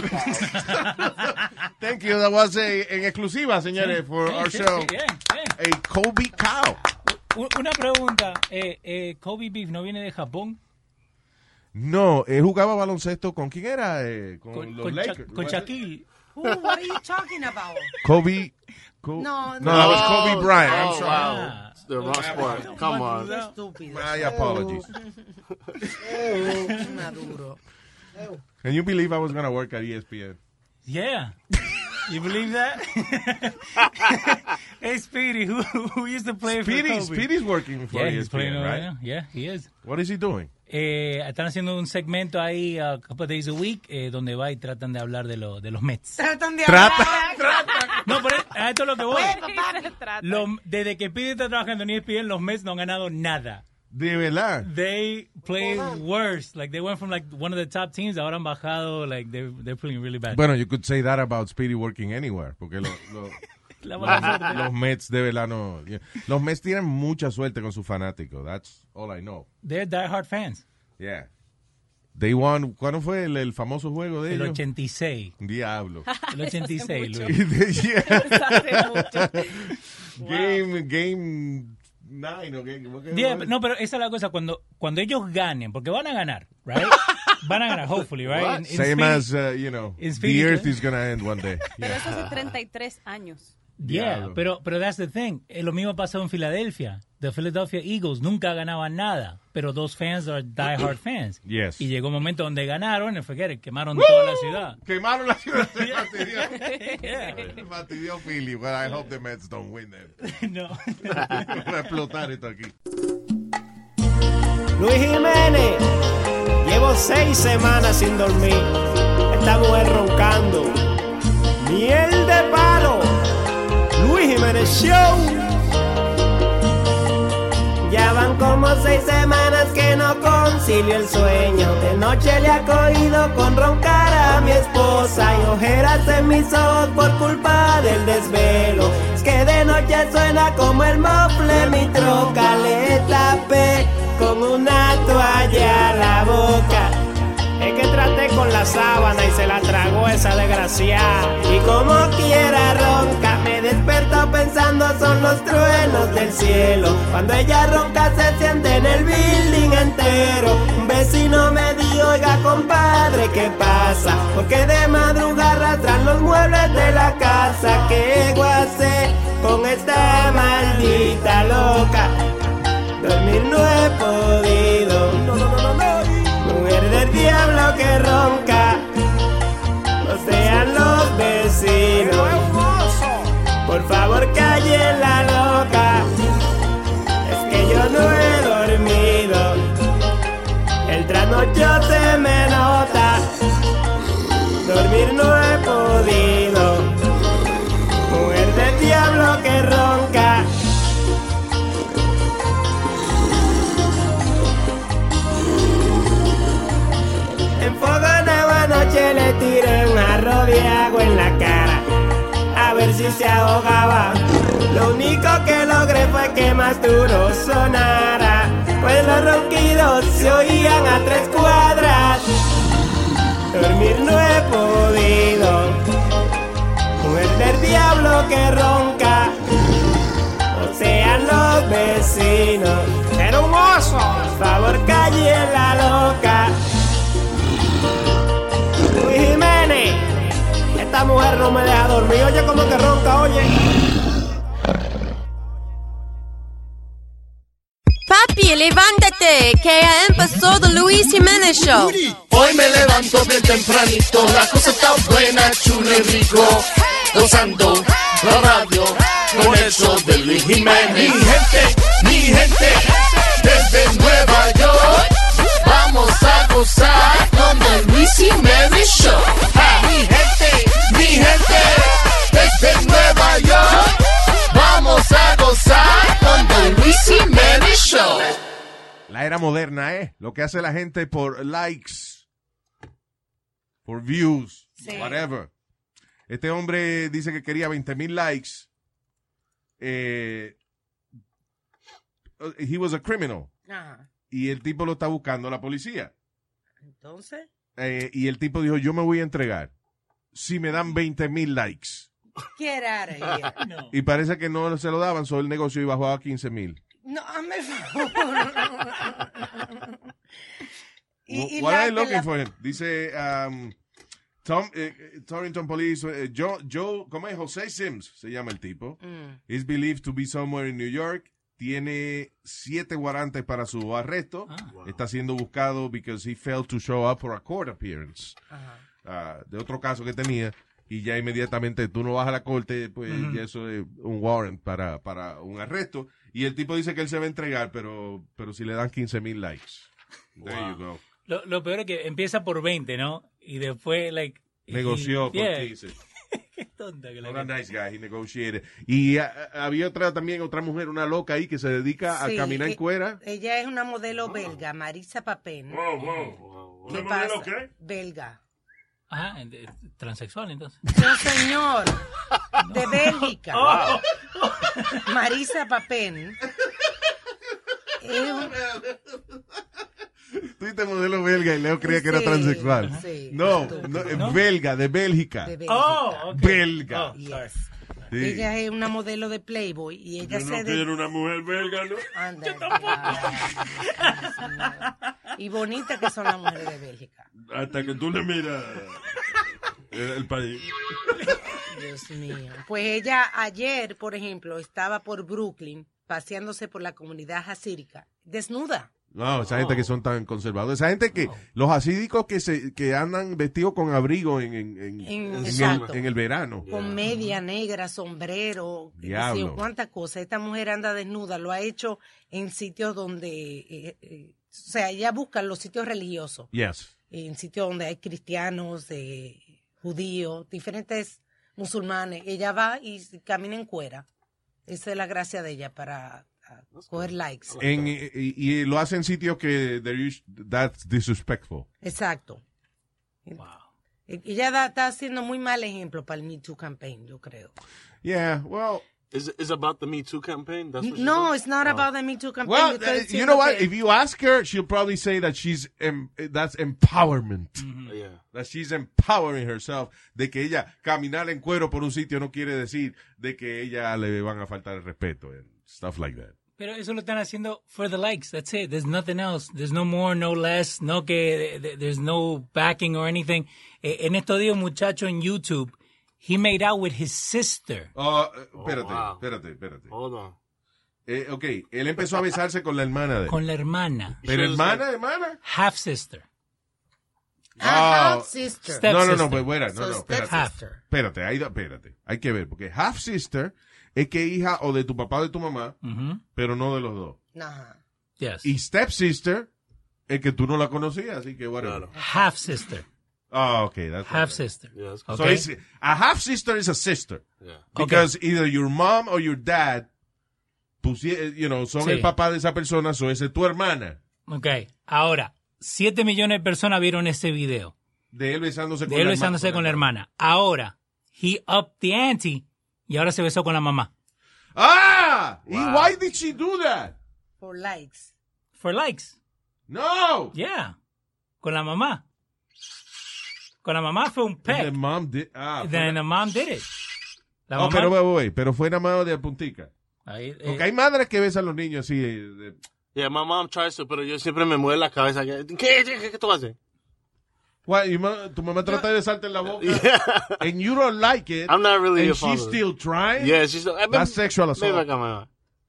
[SPEAKER 6] Thank you, that was a- en exclusiva, señores, for
[SPEAKER 9] Sí,
[SPEAKER 6] our
[SPEAKER 9] sí,
[SPEAKER 6] show.
[SPEAKER 9] sí, bien,
[SPEAKER 6] bien. A Kobe Cow.
[SPEAKER 9] U- Una pregunta, eh, eh, Kobe Beef no viene de Japón.
[SPEAKER 6] No, él jugaba baloncesto con quién era? Eh, con,
[SPEAKER 9] Con,
[SPEAKER 6] los
[SPEAKER 9] con, Sha-
[SPEAKER 6] Lakers.
[SPEAKER 9] con Shaquille.
[SPEAKER 8] Who, what are you talking about?
[SPEAKER 6] Kobe. Co-
[SPEAKER 8] No,
[SPEAKER 6] no,
[SPEAKER 8] no.
[SPEAKER 6] that was Kobe Bryant.
[SPEAKER 13] Oh,
[SPEAKER 6] I'm sorry.
[SPEAKER 13] wow. It's The wrong sport. Come on.
[SPEAKER 8] You're stupid.
[SPEAKER 6] My apologies.
[SPEAKER 8] Oh, Maduro.
[SPEAKER 6] Can you believe I was going to work at E ESPN?
[SPEAKER 9] Yeah. You
[SPEAKER 6] [LAUGHS]
[SPEAKER 9] believe that? hey, Speedy, who, who used to play
[SPEAKER 6] Speedy,
[SPEAKER 9] for Kobe?
[SPEAKER 6] Speedy's working for E
[SPEAKER 9] Yeah, he's playing
[SPEAKER 6] ESPN,
[SPEAKER 9] over
[SPEAKER 6] right?
[SPEAKER 9] there. Yeah, he is.
[SPEAKER 6] What is he doing?
[SPEAKER 9] Eh, están haciendo un segmento ahí a couple of days a week eh, donde va y tratan de hablar de, lo, de los Mets.
[SPEAKER 8] Tratan de
[SPEAKER 9] Trata-
[SPEAKER 8] hablar.
[SPEAKER 9] No, pero a esto es lo que voy.
[SPEAKER 8] Bueno, papi.
[SPEAKER 9] Lo- desde que Speedy está trabajando en E ESPN, los Mets no han ganado nada.
[SPEAKER 6] De verdad.
[SPEAKER 9] They play worse. Like they went from like one of the top teams, ahora han bajado. Like they're, they're playing really bad.
[SPEAKER 6] Bueno, you could say that about Speedy working anywhere, porque
[SPEAKER 9] [LAUGHS]
[SPEAKER 6] lo- lo-
[SPEAKER 9] La mala suerte.
[SPEAKER 6] los Mets de verdad no. Los Mets tienen mucha suerte con sus fanáticos. That's all I know.
[SPEAKER 9] They're diehard fans.
[SPEAKER 6] Yeah. They won. ¿Cuándo fue el, el famoso juego de
[SPEAKER 9] El
[SPEAKER 6] ellos?
[SPEAKER 9] 86.
[SPEAKER 6] Diablo.
[SPEAKER 9] [LAUGHS]
[SPEAKER 6] [LAUGHS]
[SPEAKER 9] El 86,
[SPEAKER 6] mucho.
[SPEAKER 9] [LAUGHS] Luis.
[SPEAKER 6] Yeah.
[SPEAKER 9] Hace mucho.
[SPEAKER 6] [LAUGHS] Game, game nine, okay. ¿Cómo que
[SPEAKER 9] Yeah,
[SPEAKER 6] fue?
[SPEAKER 9] but- no, pero esa es la cosa. Cuando, cuando ellos ganen, porque van a ganar, [LAUGHS] right? Van a ganar, hopefully, right? In- in
[SPEAKER 6] Same
[SPEAKER 9] Spain-
[SPEAKER 6] as, uh, you know,
[SPEAKER 9] in
[SPEAKER 6] the
[SPEAKER 9] Speedy,
[SPEAKER 6] earth
[SPEAKER 9] ¿eh?
[SPEAKER 6] is gonna end one day.
[SPEAKER 10] Pero
[SPEAKER 6] Yeah.
[SPEAKER 10] eso hace 33 años.
[SPEAKER 9] Yeah,
[SPEAKER 6] Diablo.
[SPEAKER 9] pero, pero that's the thing. Eh, Lo mismo pasó en Filadelfia. The Philadelphia Eagles nunca ganaban nada, pero dos fans are diehard fans.
[SPEAKER 6] Yes.
[SPEAKER 9] Y llegó un momento donde ganaron, and forget it, quemaron toda la ciudad.
[SPEAKER 6] Quemaron la
[SPEAKER 9] [LAUGHS]
[SPEAKER 6] ciudad. Se
[SPEAKER 9] Yeah.
[SPEAKER 6] fastidió. Se fastidió Philly. Well, I hope the Mets don't win them.
[SPEAKER 9] [LAUGHS]
[SPEAKER 6] [LAUGHS]
[SPEAKER 9] No.
[SPEAKER 6] Va a explotar esto aquí.
[SPEAKER 15] Luis Jiménez, llevo seis semanas sin dormir. Esta mujer roncando. Miel de palo. Luis Jiménez Show.
[SPEAKER 16] Ya van como seis semanas que no concilio el sueño. De noche le ha cogido con roncar a mi esposa y ojeras en mis ojos por culpa del desvelo. Es que de noche suena como el mofle mi troca. Le tapé con una toalla la boca.
[SPEAKER 15] Es que traté con la sábana y se la tragó esa desgraciada.
[SPEAKER 16] Y como quiera ronca, me desperto pensando son los truenos del cielo. Cuando ella ronca se siente en el building entero. parqueadero. Un vecino me dijo, oiga compadre, ¿qué pasa? Porque de madrugada arrastran los muebles de la casa. ¿Qué voy a hacer con esta maldita loca? Dormir no he podido. Mujer del diablo que ronca. No sean los vecinos. Por favor, callen la loca. Es que yo no he dormido. El trasnocho se me nota. Dormir no he podido. Mujer del diablo que ronca. En Fogonaba anoche le tiré un jarro de agua en la cara A ver si se ahogaba Lo único que logré fue que más duro sonara Pues los ronquidos se oían a tres cuadras Dormir no he podido Mujer del diablo que ronca O sean los vecinos ¡Era un oso! Por favor calle la loca Luis Jiménez. Esta mujer no me deja dormir. Oye, como que ronca, oye.
[SPEAKER 17] Papi, levántate, que ha empezado Luis Jiménez Show.
[SPEAKER 7] Hoy me levanto bien tempranito, la cosa está buena, chulo y rico. Gozando la radio con el show de Luis Jiménez. Mi gente, mi gente, desde Nueva York, vamos a gozar con el Luis Jiménez Show. Ah, Mi gente, mi gente, desde Nueva York, vamos a gozar con el Luis Jiménez Show.
[SPEAKER 6] La era moderna, ¿eh? Lo que hace la gente por likes, por views,
[SPEAKER 7] Sí.
[SPEAKER 6] whatever. Este hombre dice que quería 20 mil likes. Eh, he was a criminal.
[SPEAKER 8] Ajá.
[SPEAKER 6] Y el tipo lo está buscando la policía. [LAUGHS]
[SPEAKER 8] Entonces,
[SPEAKER 6] Eh, y el tipo dijo, yo me voy a entregar si me dan 20 mil likes.
[SPEAKER 8] get out of here. No.
[SPEAKER 6] Y parece que [LAUGHS] no se lo daban, solo el negocio y bajó a 15 mil.
[SPEAKER 8] No, hazme el favor. y, y
[SPEAKER 6] What
[SPEAKER 8] la-
[SPEAKER 6] are I looking
[SPEAKER 8] la-
[SPEAKER 6] for? Dice um, Tom, eh, eh, Torrington Police, eh, Joe, Joe, ¿cómo es? José Sims se llama el tipo.
[SPEAKER 8] Mm.
[SPEAKER 6] Is believed to be somewhere in New York. Tiene siete guarantes para su arresto. Está siendo buscado because he failed to show up for a court appearance. Ah, de otro caso que tenía. Y ya inmediatamente tú no vas a la corte, pues
[SPEAKER 18] Ujú.
[SPEAKER 6] ya eso es un warrant para, para un arresto. Y el tipo dice que él se va a entregar, pero, pero si le dan 15 mil likes. There you go.
[SPEAKER 9] Lo, lo peor es que empieza por 20, ¿no? Y después, like...
[SPEAKER 6] Negoció
[SPEAKER 9] y-
[SPEAKER 6] por
[SPEAKER 9] yeah.
[SPEAKER 6] 15.
[SPEAKER 9] [LAUGHS] Qué tonta que la
[SPEAKER 6] What a
[SPEAKER 9] gente-
[SPEAKER 6] nice guy, he negotiated. Y ah, ah, había otra también, otra mujer, una loca ahí que se dedica
[SPEAKER 8] Sí,
[SPEAKER 6] a caminar
[SPEAKER 8] e-
[SPEAKER 6] en cuera.
[SPEAKER 8] Ella es una modelo belga, Marisa Papen.
[SPEAKER 9] Wow,
[SPEAKER 8] ¿Qué
[SPEAKER 9] ¿Una
[SPEAKER 8] pasa?
[SPEAKER 9] modelo qué?
[SPEAKER 8] Belga.
[SPEAKER 9] Ajá, eh, transexual, entonces.
[SPEAKER 8] No, señor. De Bélgica.
[SPEAKER 9] [LAUGHS] Oh.
[SPEAKER 8] Marisa Papen. Es un-
[SPEAKER 6] Tú dijiste modelo belga y Leo creía que era
[SPEAKER 8] Sí,
[SPEAKER 6] transexual.
[SPEAKER 8] sí.
[SPEAKER 6] No, no, eh, belga, de Bélgica.
[SPEAKER 8] De Bélgica.
[SPEAKER 9] Oh, ok.
[SPEAKER 6] Belga.
[SPEAKER 9] Oh, sorry.
[SPEAKER 6] Sí.
[SPEAKER 8] Ella es una modelo de Playboy y ella
[SPEAKER 7] Yo
[SPEAKER 8] se
[SPEAKER 7] no
[SPEAKER 8] de-
[SPEAKER 7] quiero una mujer belga, ¿no?
[SPEAKER 8] Anda, ay, señor. Y bonita que son las mujeres de Bélgica.
[SPEAKER 7] Hasta que tú le miras el, el país.
[SPEAKER 8] Dios mío. Pues ella ayer, por ejemplo, estaba por Brooklyn paseándose por la comunidad jasírica, desnuda.
[SPEAKER 6] No, esa gente que son tan conservadores. Esa gente
[SPEAKER 9] Oh.
[SPEAKER 6] que, los asídicos que se que andan vestidos con abrigo en, en, en-
[SPEAKER 8] En-
[SPEAKER 6] en
[SPEAKER 8] exacto.
[SPEAKER 6] el, en el verano.
[SPEAKER 8] con media negra, sombrero, qué sé yo,
[SPEAKER 6] Diablo.
[SPEAKER 8] cuántas cosas. Esta mujer anda desnuda, lo ha hecho en sitios donde, eh, eh, o sea, ella busca los sitios religiosos,
[SPEAKER 6] Yes.
[SPEAKER 8] en sitios donde hay cristianos, eh, judíos, diferentes musulmanes. Ella va y s- camina en cuera. Esa es la gracia de ella para ah, coger likes.
[SPEAKER 6] En- y, y lo hacen en sitios que they're us- that's disrespectful.
[SPEAKER 8] Exacto. E- Ella da- está haciendo muy mal ejemplo para el Me Too campaign, yo creo.
[SPEAKER 6] Yeah, well.
[SPEAKER 13] Is is about the Me Too campaign? That's what she
[SPEAKER 8] No,
[SPEAKER 13] said?
[SPEAKER 8] it's not about the Me Too campaign.
[SPEAKER 6] Well,
[SPEAKER 8] Estoy
[SPEAKER 6] uh, you
[SPEAKER 8] diciendo
[SPEAKER 6] know what?
[SPEAKER 8] que-
[SPEAKER 6] If you ask her, she'll probably say that she's em that's empowerment.
[SPEAKER 13] Mm-hmm.
[SPEAKER 6] That she's empowering herself. De que ella caminar en cuero por un sitio no quiere decir de que ella le van a faltar el respeto and stuff like that.
[SPEAKER 9] Pero eso lo están haciendo for the likes. That's it. There's nothing else. There's no more, no less. No que th- there's no backing or anything. Eh, En estos días, un muchacho en YouTube, he made out with his sister.
[SPEAKER 6] Oh, eh, espérate, espérate, espérate.
[SPEAKER 13] Hold on.
[SPEAKER 6] Eh, ok, él empezó a besarse con la hermana de él.
[SPEAKER 9] Con la hermana.
[SPEAKER 6] Pero hermana, hermana.
[SPEAKER 9] Half sister.
[SPEAKER 6] Ah,
[SPEAKER 8] half-sister.
[SPEAKER 6] No, no, no,
[SPEAKER 9] Stepsister.
[SPEAKER 6] pues bueno, no,
[SPEAKER 9] So
[SPEAKER 6] no, espérate.
[SPEAKER 9] stepsister.
[SPEAKER 6] Espérate, hay, espérate, hay que ver, porque half sister es que hija o de tu papá o de tu mamá,
[SPEAKER 9] Ujú.
[SPEAKER 6] pero no de los dos.
[SPEAKER 8] Ajá.
[SPEAKER 6] Y stepsister es que tú no la conocías, así que bueno.
[SPEAKER 9] Half sister.
[SPEAKER 6] Ah, okay, that's
[SPEAKER 9] Half sister.
[SPEAKER 6] So it's, a half sister is a sister.
[SPEAKER 13] Yeah.
[SPEAKER 6] Because either your mom or your dad, pusie- you know, son
[SPEAKER 9] Sí.
[SPEAKER 6] el papá de esa persona, so esa es tu hermana.
[SPEAKER 9] Ok, ahora, 7 millones de personas vieron ese video.
[SPEAKER 6] De él besándose
[SPEAKER 9] De
[SPEAKER 6] con
[SPEAKER 9] él
[SPEAKER 6] la
[SPEAKER 9] besándose
[SPEAKER 6] herma-
[SPEAKER 9] con la hermana. Ahora, he upped the ante y ahora se besó con la mamá.
[SPEAKER 6] ¡Ah! ¿Y why did she do that?
[SPEAKER 8] Por likes.
[SPEAKER 9] For likes.
[SPEAKER 6] No.
[SPEAKER 9] Yeah. Con la mamá. Con la mamá fue un
[SPEAKER 6] And
[SPEAKER 9] peck.
[SPEAKER 6] the mom did, ah, fue
[SPEAKER 9] Then
[SPEAKER 6] la-
[SPEAKER 9] the mom did it. La
[SPEAKER 6] Oh,
[SPEAKER 9] mamá-
[SPEAKER 6] pero, pero, pero fue nada más de apuntica.
[SPEAKER 9] Ahí, eh,
[SPEAKER 6] Porque hay madres que besan a los niños así. de- de-
[SPEAKER 13] Yeah, my mom tries to, pero yo siempre me mueve la cabeza. ¿Qué, qué, qué, qué tú vas a hacer?
[SPEAKER 6] Why, you ma- tu mamá trata de besarte en la
[SPEAKER 13] [LAUGHS]
[SPEAKER 6] boca. [LAUGHS] And you don't like it.
[SPEAKER 13] I'm not really
[SPEAKER 6] and
[SPEAKER 13] a
[SPEAKER 6] she's
[SPEAKER 13] father.
[SPEAKER 6] still trying.
[SPEAKER 13] Yeah, she's like,
[SPEAKER 6] That's sexual assault.
[SPEAKER 13] Ven acá, mamá.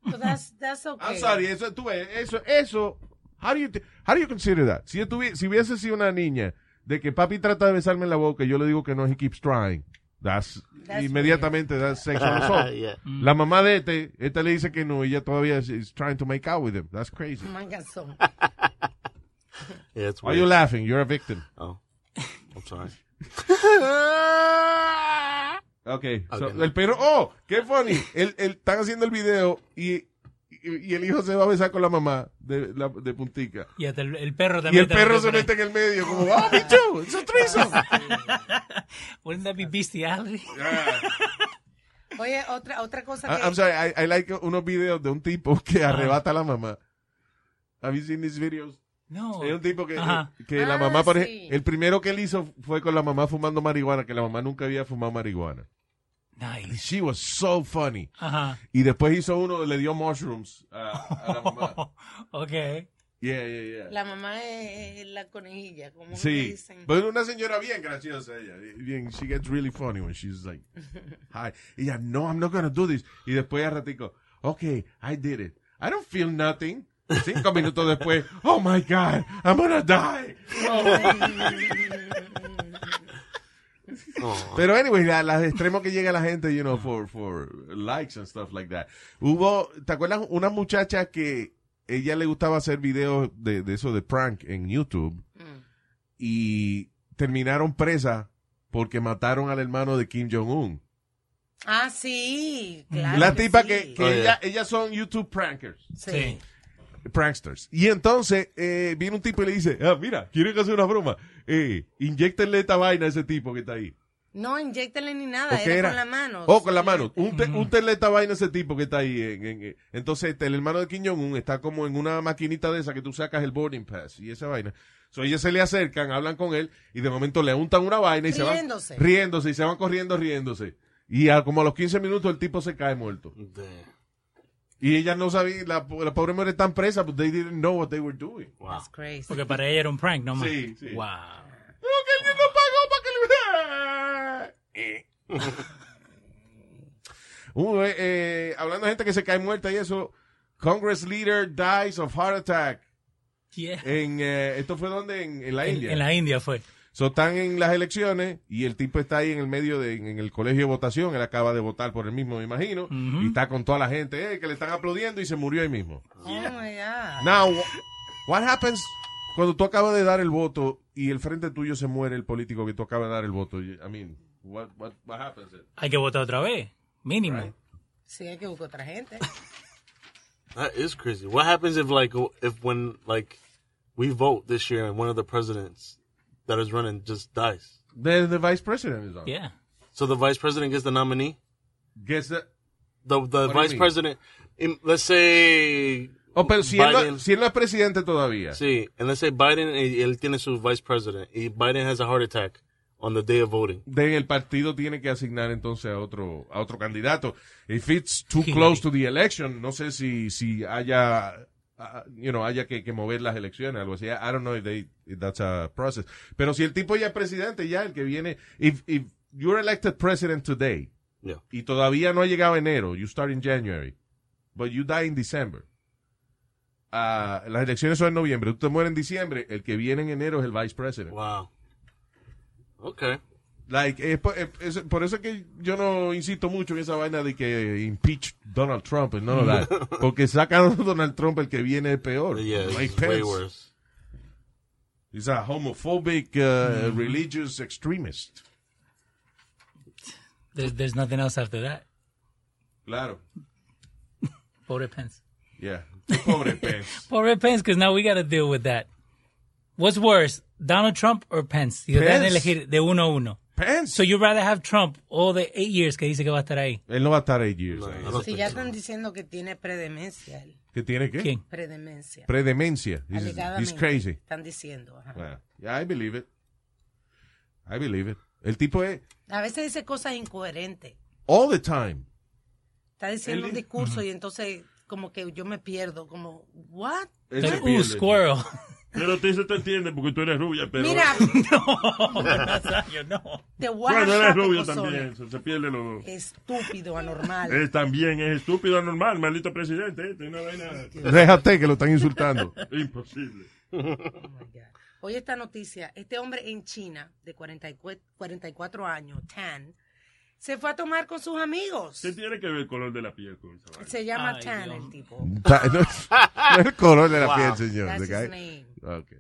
[SPEAKER 8] So that's, that's okay.
[SPEAKER 6] I'm sorry, eso, tú ves, eso, eso, how do you, th- how do you consider that? Si, yo tuvi- si hubiese sido una niña de que papi trata de besarme en la boca y yo le digo que no, he keeps trying, that's,
[SPEAKER 13] That's
[SPEAKER 6] inmediatamente that's
[SPEAKER 13] [LAUGHS]
[SPEAKER 6] sexual assault.
[SPEAKER 13] Yeah.
[SPEAKER 8] Mm.
[SPEAKER 6] La mamá de este, esta le dice que no y ella todavía is, is trying to make out with him. That's crazy. [LAUGHS]
[SPEAKER 8] Mangazón.
[SPEAKER 13] Yeah, it's
[SPEAKER 6] Why
[SPEAKER 13] weird.
[SPEAKER 6] you laughing? You're a victim.
[SPEAKER 13] Oh, I'm sorry.
[SPEAKER 8] [LAUGHS]
[SPEAKER 6] Okay. so,
[SPEAKER 13] Ok, no.
[SPEAKER 6] El perro, oh, qué funny. El, el, están haciendo el video y, y, y el hijo se va a besar con la mamá de, la, de puntica.
[SPEAKER 9] Y hasta el, el perro
[SPEAKER 6] Y
[SPEAKER 9] también.
[SPEAKER 6] el perro se
[SPEAKER 9] también
[SPEAKER 6] mete en el medio como, ¡Oh, bicho! ¡It's a
[SPEAKER 9] [LAUGHS]
[SPEAKER 6] threesome!
[SPEAKER 9] Wouldn't that
[SPEAKER 6] [LAUGHS]
[SPEAKER 9] be bestiality?
[SPEAKER 8] Oye, otra, otra cosa
[SPEAKER 6] I-
[SPEAKER 8] que...
[SPEAKER 6] Ah, I'm sorry, I, I like unos videos de un tipo [LAUGHS] que arrebata a la mamá. Have you seen these videos?
[SPEAKER 9] No.
[SPEAKER 6] Es un tipo que,
[SPEAKER 9] Ajá.
[SPEAKER 6] que la
[SPEAKER 9] Ah,
[SPEAKER 6] mamá, por
[SPEAKER 9] sí.
[SPEAKER 6] ejemplo, el primero que él hizo fue con la mamá fumando marihuana, que la mamá nunca había fumado marihuana.
[SPEAKER 9] Nice.
[SPEAKER 6] She was so funny.
[SPEAKER 9] Ajá.
[SPEAKER 6] Y después hizo uno, le dio mushrooms a, a la mamá. uh.
[SPEAKER 9] [LAUGHS] Ok.
[SPEAKER 6] Yeah, yeah, yeah.
[SPEAKER 8] La mamá es, es la conejilla, como que
[SPEAKER 6] Sí,
[SPEAKER 8] dicen.
[SPEAKER 6] pero una señora bien graciosa ella. Bien, she gets really funny when she's like, hi. Y ella, no, I'm not gonna do this. Y después a ratico, okay, I did it. I don't feel nothing. Cinco minutos después, oh my God, I'm gonna die. Pero anyway, a los extremos que llega la gente, you know, for, for likes and stuff like that. Hubo, ¿te acuerdas? Una muchacha que ella le gustaba hacer videos de, de eso de prank en YouTube y terminaron presa porque mataron al hermano de Kim Jong-un.
[SPEAKER 8] Ah, sí, claro.
[SPEAKER 6] Mm. la
[SPEAKER 8] que
[SPEAKER 6] tipa
[SPEAKER 8] sí.
[SPEAKER 6] que, que
[SPEAKER 13] Oh, yeah.
[SPEAKER 6] ella- ellas son YouTube prankers.
[SPEAKER 8] Sí.
[SPEAKER 6] Pranksters. Y entonces eh, viene un tipo y le dice, ah, mira, quieren hacer una broma. Eh, inyectenle esta vaina a ese tipo que está ahí.
[SPEAKER 8] No, inyectale ni nada,
[SPEAKER 6] ¿O
[SPEAKER 8] era,
[SPEAKER 6] qué era?
[SPEAKER 8] con la mano.
[SPEAKER 6] Oh, con la mano. Un, te- un tele esta vaina a ese tipo que está ahí. en- en- en- Entonces, este, el hermano de Kim Jong-un está como en una maquinita de esa que tú sacas el boarding pass y esa vaina. So, ellos se le acercan, hablan con él y de momento le untan una vaina y se
[SPEAKER 8] Riéndose.
[SPEAKER 6] van riéndose y se van corriendo riéndose. Y a, como a los 15 minutos el tipo se cae muerto. Y ella no sabía, la, la pobre mujer está presa, but they didn't know what they were doing.
[SPEAKER 13] Wow.
[SPEAKER 8] Crazy.
[SPEAKER 9] Porque para ella era un prank, ¿no? más.
[SPEAKER 6] Sí, sí.
[SPEAKER 9] Wow.
[SPEAKER 6] [LAUGHS] Uh, eh, eh, hablando de gente que se cae muerta y eso, Congress leader dies of heart attack.
[SPEAKER 9] Yeah.
[SPEAKER 6] En, eh, esto fue donde en, en la
[SPEAKER 9] En-
[SPEAKER 6] India.
[SPEAKER 9] en la India fue.
[SPEAKER 6] So, están en las elecciones y el tipo está ahí en el medio de en, en el colegio de votación. Él acaba de votar por él mismo, me imagino. Y está con toda la gente eh, que le están aplaudiendo y se murió ahí mismo.
[SPEAKER 8] Oh, my God.
[SPEAKER 6] Now, what happens cuando tú acabas de dar el voto y el frente tuyo se muere el político que tú acabas de dar el voto? I mean, what, what, what happens? then?
[SPEAKER 9] Hay que votar otra vez. Mínimo.
[SPEAKER 8] Sí, hay que buscar otra gente.
[SPEAKER 13] That is crazy. What happens if like if when like we vote this year and one of the presidents that is running just dies?
[SPEAKER 6] Then the vice president is on.
[SPEAKER 9] Yeah.
[SPEAKER 13] So the vice president gets the nominee.
[SPEAKER 6] Gets the.
[SPEAKER 13] The the
[SPEAKER 6] you
[SPEAKER 13] vice
[SPEAKER 6] mean?
[SPEAKER 13] president. in- let's say.
[SPEAKER 6] Oh, pero si él, no,
[SPEAKER 13] Biden-
[SPEAKER 6] si él no es presidente todavía.
[SPEAKER 13] Sí, and let's say Biden, eh, él tiene su vice president, y Biden has a heart attack. on the day of voting.
[SPEAKER 6] Then el partido tiene que asignar entonces a otro, a otro candidato. If it's too close to the election, no sé si, si haya, ah, you know, haya que, que mover las elecciones, algo así. I don't know if, they, if that's a process. Pero si el tipo ya es presidente, ya el que viene, if, if you're elected president today,
[SPEAKER 13] Yeah.
[SPEAKER 6] y todavía no ha llegado enero, you start in January, but you die in December. Ah, las elecciones son en noviembre, usted muere en diciembre, el que viene en enero es el vice president.
[SPEAKER 13] Wow. Okay.
[SPEAKER 6] Like, es por, es- por eso es que yo no insisto mucho en esa vaina de que impeach Donald Trump, pues, and none of
[SPEAKER 13] [LAUGHS]
[SPEAKER 6] that. porque sacan a Donald Trump el que viene es peor.
[SPEAKER 13] Yeah, it's
[SPEAKER 6] Mike
[SPEAKER 13] way
[SPEAKER 6] Pence.
[SPEAKER 13] worse.
[SPEAKER 6] He's a homophobic, uh,
[SPEAKER 13] Mm.
[SPEAKER 6] religious extremist.
[SPEAKER 9] There's, there's nothing else after that.
[SPEAKER 6] Claro.
[SPEAKER 9] Pobre Pence.
[SPEAKER 6] Yeah. Pobre Pence.
[SPEAKER 9] Pobre Pence, because now we got to deal with that. What's worse, Donald Trump or Pence? Si te dan a
[SPEAKER 6] Pence.
[SPEAKER 9] elegir de uno a uno.
[SPEAKER 6] Pence.
[SPEAKER 9] So you'd rather have Trump all the eight years que dice que va a estar ahí.
[SPEAKER 6] Él [LAUGHS] no va a estar eight years.
[SPEAKER 8] Si ya están diciendo que tiene predemencia, él.
[SPEAKER 6] ¿Qué tiene qué?
[SPEAKER 9] ¿Quién?
[SPEAKER 8] Predemencia.
[SPEAKER 6] Predemencia. He's-
[SPEAKER 8] Alegadamente,
[SPEAKER 6] he's crazy.
[SPEAKER 8] Están diciendo. ajá.
[SPEAKER 6] Well, yeah, I believe it. I believe it. El tipo es
[SPEAKER 8] A veces dice cosas incoherentes.
[SPEAKER 6] all the time.
[SPEAKER 8] Está diciendo
[SPEAKER 6] Él
[SPEAKER 8] un
[SPEAKER 6] di-
[SPEAKER 8] discurso y entonces como que yo me pierdo, como, ¿what?
[SPEAKER 9] Él se pierde. squirrel.
[SPEAKER 18] Pero a ti se te entiende porque tú eres rubia, pero.
[SPEAKER 8] Mira.
[SPEAKER 18] no,
[SPEAKER 9] Nazario, no.
[SPEAKER 8] Te voy
[SPEAKER 18] Bueno,
[SPEAKER 8] a
[SPEAKER 18] eres
[SPEAKER 8] arrastrar
[SPEAKER 18] rubio
[SPEAKER 8] con
[SPEAKER 18] también,
[SPEAKER 8] sola.
[SPEAKER 18] se, se pierde los dos.
[SPEAKER 8] Estúpido, anormal.
[SPEAKER 18] Él también es estúpido, anormal, maldito presidente. ¿eh? Tiene una vaina.
[SPEAKER 6] Déjate que lo están
[SPEAKER 13] [LAUGHS]
[SPEAKER 6] insultando.
[SPEAKER 18] Imposible.
[SPEAKER 8] Hoy esta noticia, este hombre en China de 44, 44 años, Tan, se fue a tomar con sus amigos.
[SPEAKER 18] ¿Qué tiene que ver el color de la piel con esa vaina?
[SPEAKER 8] Se llama Tan el tipo.
[SPEAKER 6] Ta- [LAUGHS] no, es- no es el color de la
[SPEAKER 18] Wow.
[SPEAKER 6] piel, señor.
[SPEAKER 8] That's
[SPEAKER 6] the guy.
[SPEAKER 8] his name.
[SPEAKER 6] Okay.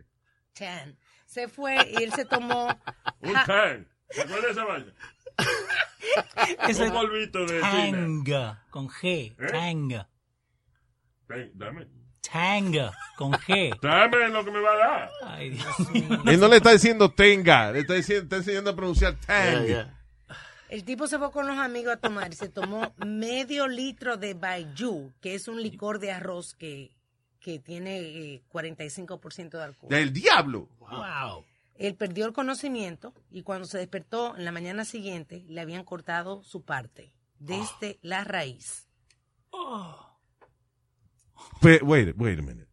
[SPEAKER 8] Tan. Se fue y él se tomó...
[SPEAKER 18] Un
[SPEAKER 8] Ja-
[SPEAKER 18] tan. ¿Se acuerda de esa
[SPEAKER 8] [LAUGHS]
[SPEAKER 18] vaina?
[SPEAKER 9] Es
[SPEAKER 18] un
[SPEAKER 9] el
[SPEAKER 18] polvito de China.
[SPEAKER 9] Tanga, con G.
[SPEAKER 18] ¿Eh?
[SPEAKER 9] Tanga.
[SPEAKER 18] Ven, dame.
[SPEAKER 9] Tanga, con G.
[SPEAKER 18] Dame lo que me va a dar.
[SPEAKER 9] Ay, Dios mío.
[SPEAKER 6] Él no le está diciendo tenga, le está, diciendo, está enseñando a pronunciar tang.
[SPEAKER 8] El tipo se fue con los amigos a tomar y se tomó [LAUGHS] medio litro de baiyu, que es un licor de arroz que, que tiene eh, 45% de alcohol.
[SPEAKER 6] ¡Del diablo!
[SPEAKER 9] Wow.
[SPEAKER 8] Él perdió el conocimiento y cuando se despertó en la mañana siguiente le habían cortado su parte desde la raíz.
[SPEAKER 6] Pe- wait, wait a minute.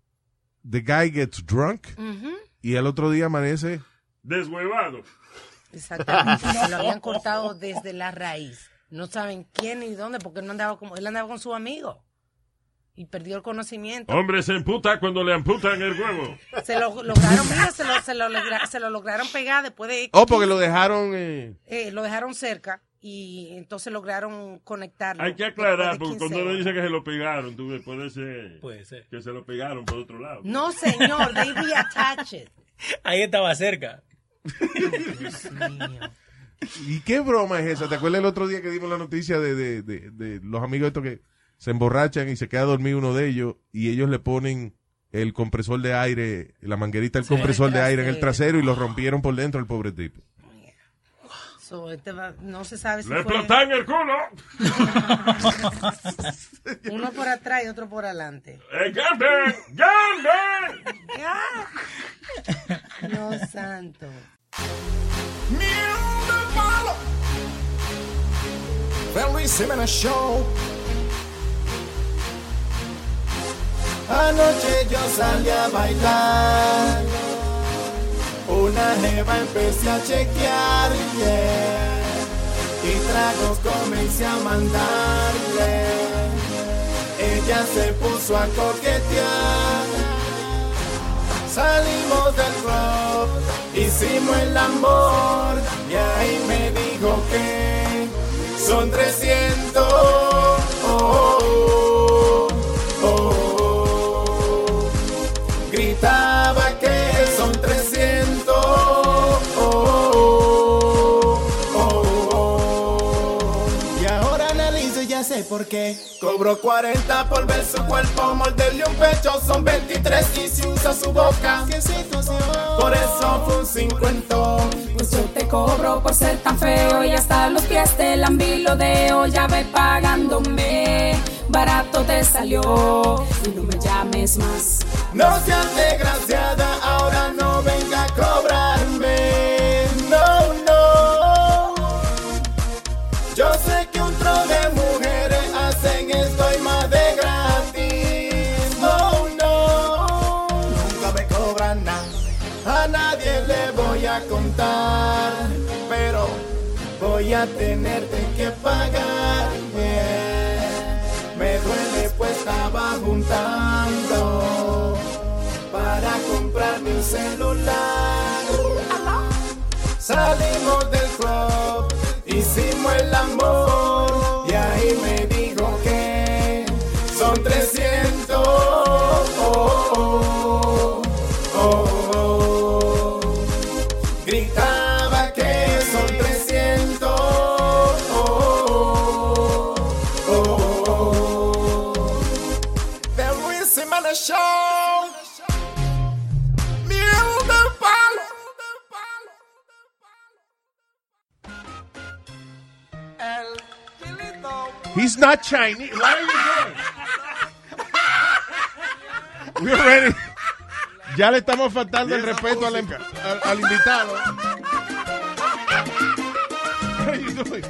[SPEAKER 6] The guy gets drunk
[SPEAKER 8] Ujú.
[SPEAKER 6] y al otro día amanece.
[SPEAKER 18] Deshuevado. [LAUGHS]
[SPEAKER 8] Exactamente. Se lo habían cortado desde la raíz. No saben quién ni dónde porque él no andaba como él andaba con su amigo y perdió el conocimiento.
[SPEAKER 18] Hombre se emputa cuando le amputan el huevo.
[SPEAKER 8] Se lo lograron, mira, se lo, se lo logra- se lo lograron pegar después de
[SPEAKER 6] Oh, porque lo dejaron. eh,
[SPEAKER 8] Eh, lo dejaron cerca y entonces lograron conectarlo.
[SPEAKER 18] Hay que aclarar, porque cuando uno dice que se lo pegaron, tú ves, puede ser,
[SPEAKER 9] Puede ser.
[SPEAKER 18] que se lo pegaron por otro lado.
[SPEAKER 8] No, señor, they reattach it.
[SPEAKER 9] Ahí estaba cerca.
[SPEAKER 6] ¿Y qué broma es esa? ¿Te acuerdas el otro día que dimos la noticia de, de- de- de los amigos estos que se emborrachan y se queda dormido uno de ellos y ellos le ponen el compresor de aire, la manguerita del
[SPEAKER 8] Sí.
[SPEAKER 6] compresor de aire en el
[SPEAKER 8] Trasero.
[SPEAKER 6] trasero y lo rompieron por dentro el pobre tipo.
[SPEAKER 8] So, este va- no se sabe si
[SPEAKER 18] ¡Le
[SPEAKER 8] fue
[SPEAKER 18] explotan el culo!
[SPEAKER 8] [LAUGHS] uno por atrás y otro por adelante.
[SPEAKER 18] ¡Eh, Gamben! ¡Gamben!
[SPEAKER 8] Ah. Dios santo.
[SPEAKER 7] The Luis Jiménez Show. Anoche yo salí a bailar. Una jeva empecé a chequear, yeah. Y tragos comencé a mandarle. Ella se puso a coquetear. Salimos del club, hicimos el amor. Y ahí me dijo que son 300. Oh, oh, oh, oh. Gritaba que son 300. Oh, oh, oh, oh. Y ahora analizo y ya sé por qué. Cobro 40 por ver su cuerpo, morderle un pecho son 23 y si usa su boca. Por eso fue un 50.
[SPEAKER 19] Pues yo te cobro por ser tan feo y hasta los pies te lambilo ya ve pagándome. Barato te salió y no me llames más.
[SPEAKER 7] No seas desgraciada, ahora no venga a cobrarme. No, no. para contar, pero voy a tenerte que pagar. yeah. Me duele pues estaba juntando para comprarme un celular. Salimos del club, hicimos el amor y ahí me dijo que son 300. Oh, oh, oh, oh. Gritaba que son 300. Oh, oh, oh, oh. The Luis Jiménez Show. Miel del palo.
[SPEAKER 6] He's not Chinese. Why are you doing? We're ready. Ya le estamos faltando el respeto al, em- al- al invitado. What are you doing?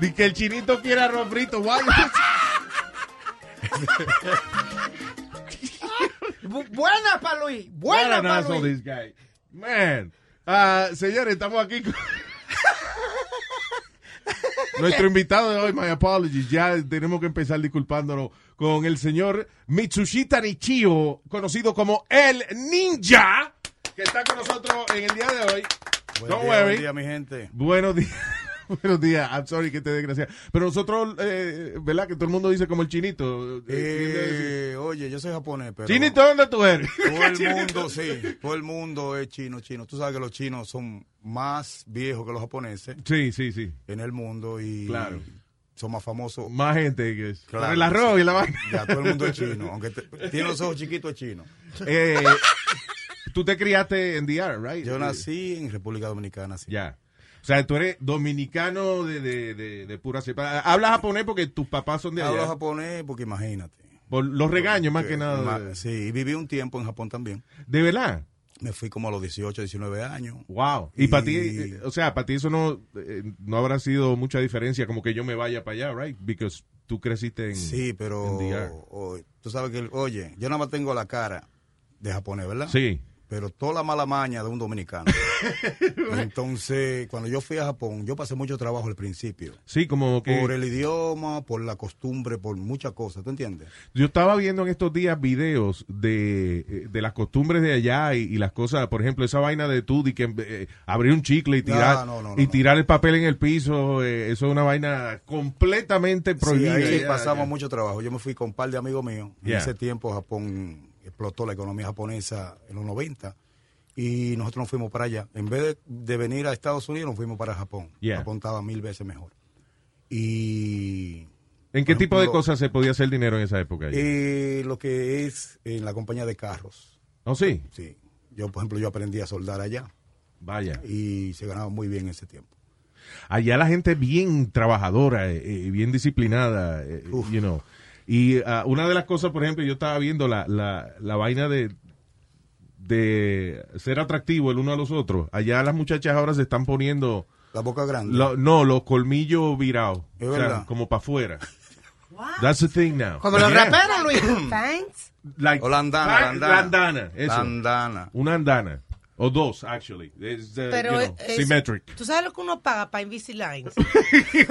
[SPEAKER 6] Di que el chinito quiere arroz frito. [LAUGHS] Why?
[SPEAKER 12] [LAUGHS] Bu- buena para Luis. Buena
[SPEAKER 6] What an
[SPEAKER 12] para
[SPEAKER 6] asshole
[SPEAKER 12] Luis.
[SPEAKER 6] this guy. Man. Ah, señores, estamos aquí con... Nuestro invitado de hoy, my apologies, ya tenemos que empezar disculpándonos con el señor Mitsushita Nichio, conocido como El Ninja, que está con nosotros en el día de hoy.
[SPEAKER 20] Buen
[SPEAKER 6] Don't
[SPEAKER 20] día,
[SPEAKER 6] worry.
[SPEAKER 20] buen día, mi gente.
[SPEAKER 6] Buenos días. [LAUGHS] Buenos días, I'm sorry que te desgracia. Pero nosotros, eh, ¿verdad? Que todo el mundo dice como el chinito.
[SPEAKER 20] Eh, oye, yo soy japonés, pero...
[SPEAKER 6] Chinito, ¿dónde tú eres?
[SPEAKER 20] [LAUGHS] Todo
[SPEAKER 6] [LAUGHS]
[SPEAKER 20] el mundo, sí, todo el mundo es chino, chino. Tú sabes que los chinos son más viejos que los japoneses.
[SPEAKER 6] Sí, sí, sí.
[SPEAKER 20] En el mundo y...
[SPEAKER 6] Claro.
[SPEAKER 20] Son más famosos.
[SPEAKER 6] Más gente que es.
[SPEAKER 20] Claro,
[SPEAKER 6] Pero el arroz
[SPEAKER 20] sí.
[SPEAKER 6] y la vaina.
[SPEAKER 20] Ya, todo el mundo es
[SPEAKER 6] [LAUGHS]
[SPEAKER 20] chino. Aunque te- tiene los ojos chiquitos, es chino.
[SPEAKER 6] Eh, tú te criaste en DR, right?
[SPEAKER 20] Yo nací en República Dominicana, sí.
[SPEAKER 6] Ya. O sea, tú eres dominicano de, de, de, de pura cepa. Hablas japonés porque tus papás son de allá.
[SPEAKER 20] Hablo japonés porque imagínate.
[SPEAKER 6] Por los regaños, más que
[SPEAKER 20] Ma-
[SPEAKER 6] nada.
[SPEAKER 20] Sí, y viví un tiempo en Japón también.
[SPEAKER 6] ¿De verdad?
[SPEAKER 20] Me fui como a los 18, 19 años.
[SPEAKER 6] Wow. Y, para ti, eh, o sea, para ti eso no, eh, no habrá sido mucha diferencia como que yo me vaya para allá, right? Because tú creciste en
[SPEAKER 20] Sí, pero
[SPEAKER 6] en DR.
[SPEAKER 20] o- tú sabes que, el- oye, yo nada más tengo la cara de japonés, ¿verdad?
[SPEAKER 6] Sí.
[SPEAKER 20] Pero toda la mala maña de
[SPEAKER 6] [LAUGHS]
[SPEAKER 20] un dominicano. Entonces, cuando yo fui a Japón, yo pasé mucho trabajo al principio.
[SPEAKER 6] Sí, como que...
[SPEAKER 20] Por el idioma, por la costumbre, por muchas cosas, ¿tú entiendes?
[SPEAKER 6] Yo estaba viendo en estos días videos de, eh, de las costumbres de allá y, y las cosas, por ejemplo, esa vaina de tú, de que eh, abrir un chicle y tirar,
[SPEAKER 20] no, no,
[SPEAKER 6] y tirar el papel en el piso, eh, eso es una vaina completamente
[SPEAKER 20] Sí,
[SPEAKER 6] prohibida.
[SPEAKER 20] ahí
[SPEAKER 6] Ya,
[SPEAKER 20] pasamos
[SPEAKER 6] ya.
[SPEAKER 20] mucho trabajo. Yo me fui con un par de amigos míos.
[SPEAKER 6] Yeah.
[SPEAKER 20] En ese tiempo Japón explotó la economía japonesa en los 90 y nosotros nos fuimos para allá. En vez de, de venir a Estados Unidos, nos fuimos para Japón.
[SPEAKER 6] Yeah.
[SPEAKER 20] Japón estaba mil veces mejor. Y
[SPEAKER 6] ¿En qué
[SPEAKER 20] por
[SPEAKER 6] tipo de
[SPEAKER 20] ejemplo,
[SPEAKER 6] cosas se podía hacer dinero en esa época? allá?
[SPEAKER 20] eh, lo que es en la compañía de carros.
[SPEAKER 6] ¿Oh, sí?
[SPEAKER 20] Sí. Yo, por ejemplo, yo aprendí a soldar allá.
[SPEAKER 6] Vaya.
[SPEAKER 20] Y se ganaba muy bien en ese tiempo.
[SPEAKER 6] Allá la gente es bien trabajadora, eh, eh, bien disciplinada, eh, you know. Y ah, una de las cosas, por ejemplo, yo estaba viendo la, la, la vaina de, de ser atractivo el uno a los otros. Allá las muchachas ahora se están poniendo...
[SPEAKER 20] La boca grande.
[SPEAKER 6] lo- no, los colmillos virados.
[SPEAKER 20] Es
[SPEAKER 6] O sea,
[SPEAKER 20] verdad.
[SPEAKER 6] como para
[SPEAKER 12] [LAUGHS]
[SPEAKER 6] afuera. That's the thing now.
[SPEAKER 12] Como los
[SPEAKER 6] Yeah.
[SPEAKER 12] raperos, Luis. Thanks.
[SPEAKER 6] Like-
[SPEAKER 20] O la andana, la andana.
[SPEAKER 6] La andana, eso.
[SPEAKER 20] La andana.
[SPEAKER 6] Una andana. O dos, actually. It's, uh,
[SPEAKER 8] Pero
[SPEAKER 6] you know,
[SPEAKER 8] es-
[SPEAKER 6] symmetric.
[SPEAKER 8] ¿Tú sabes lo que uno paga para
[SPEAKER 6] [LAUGHS]
[SPEAKER 8] Invisalign?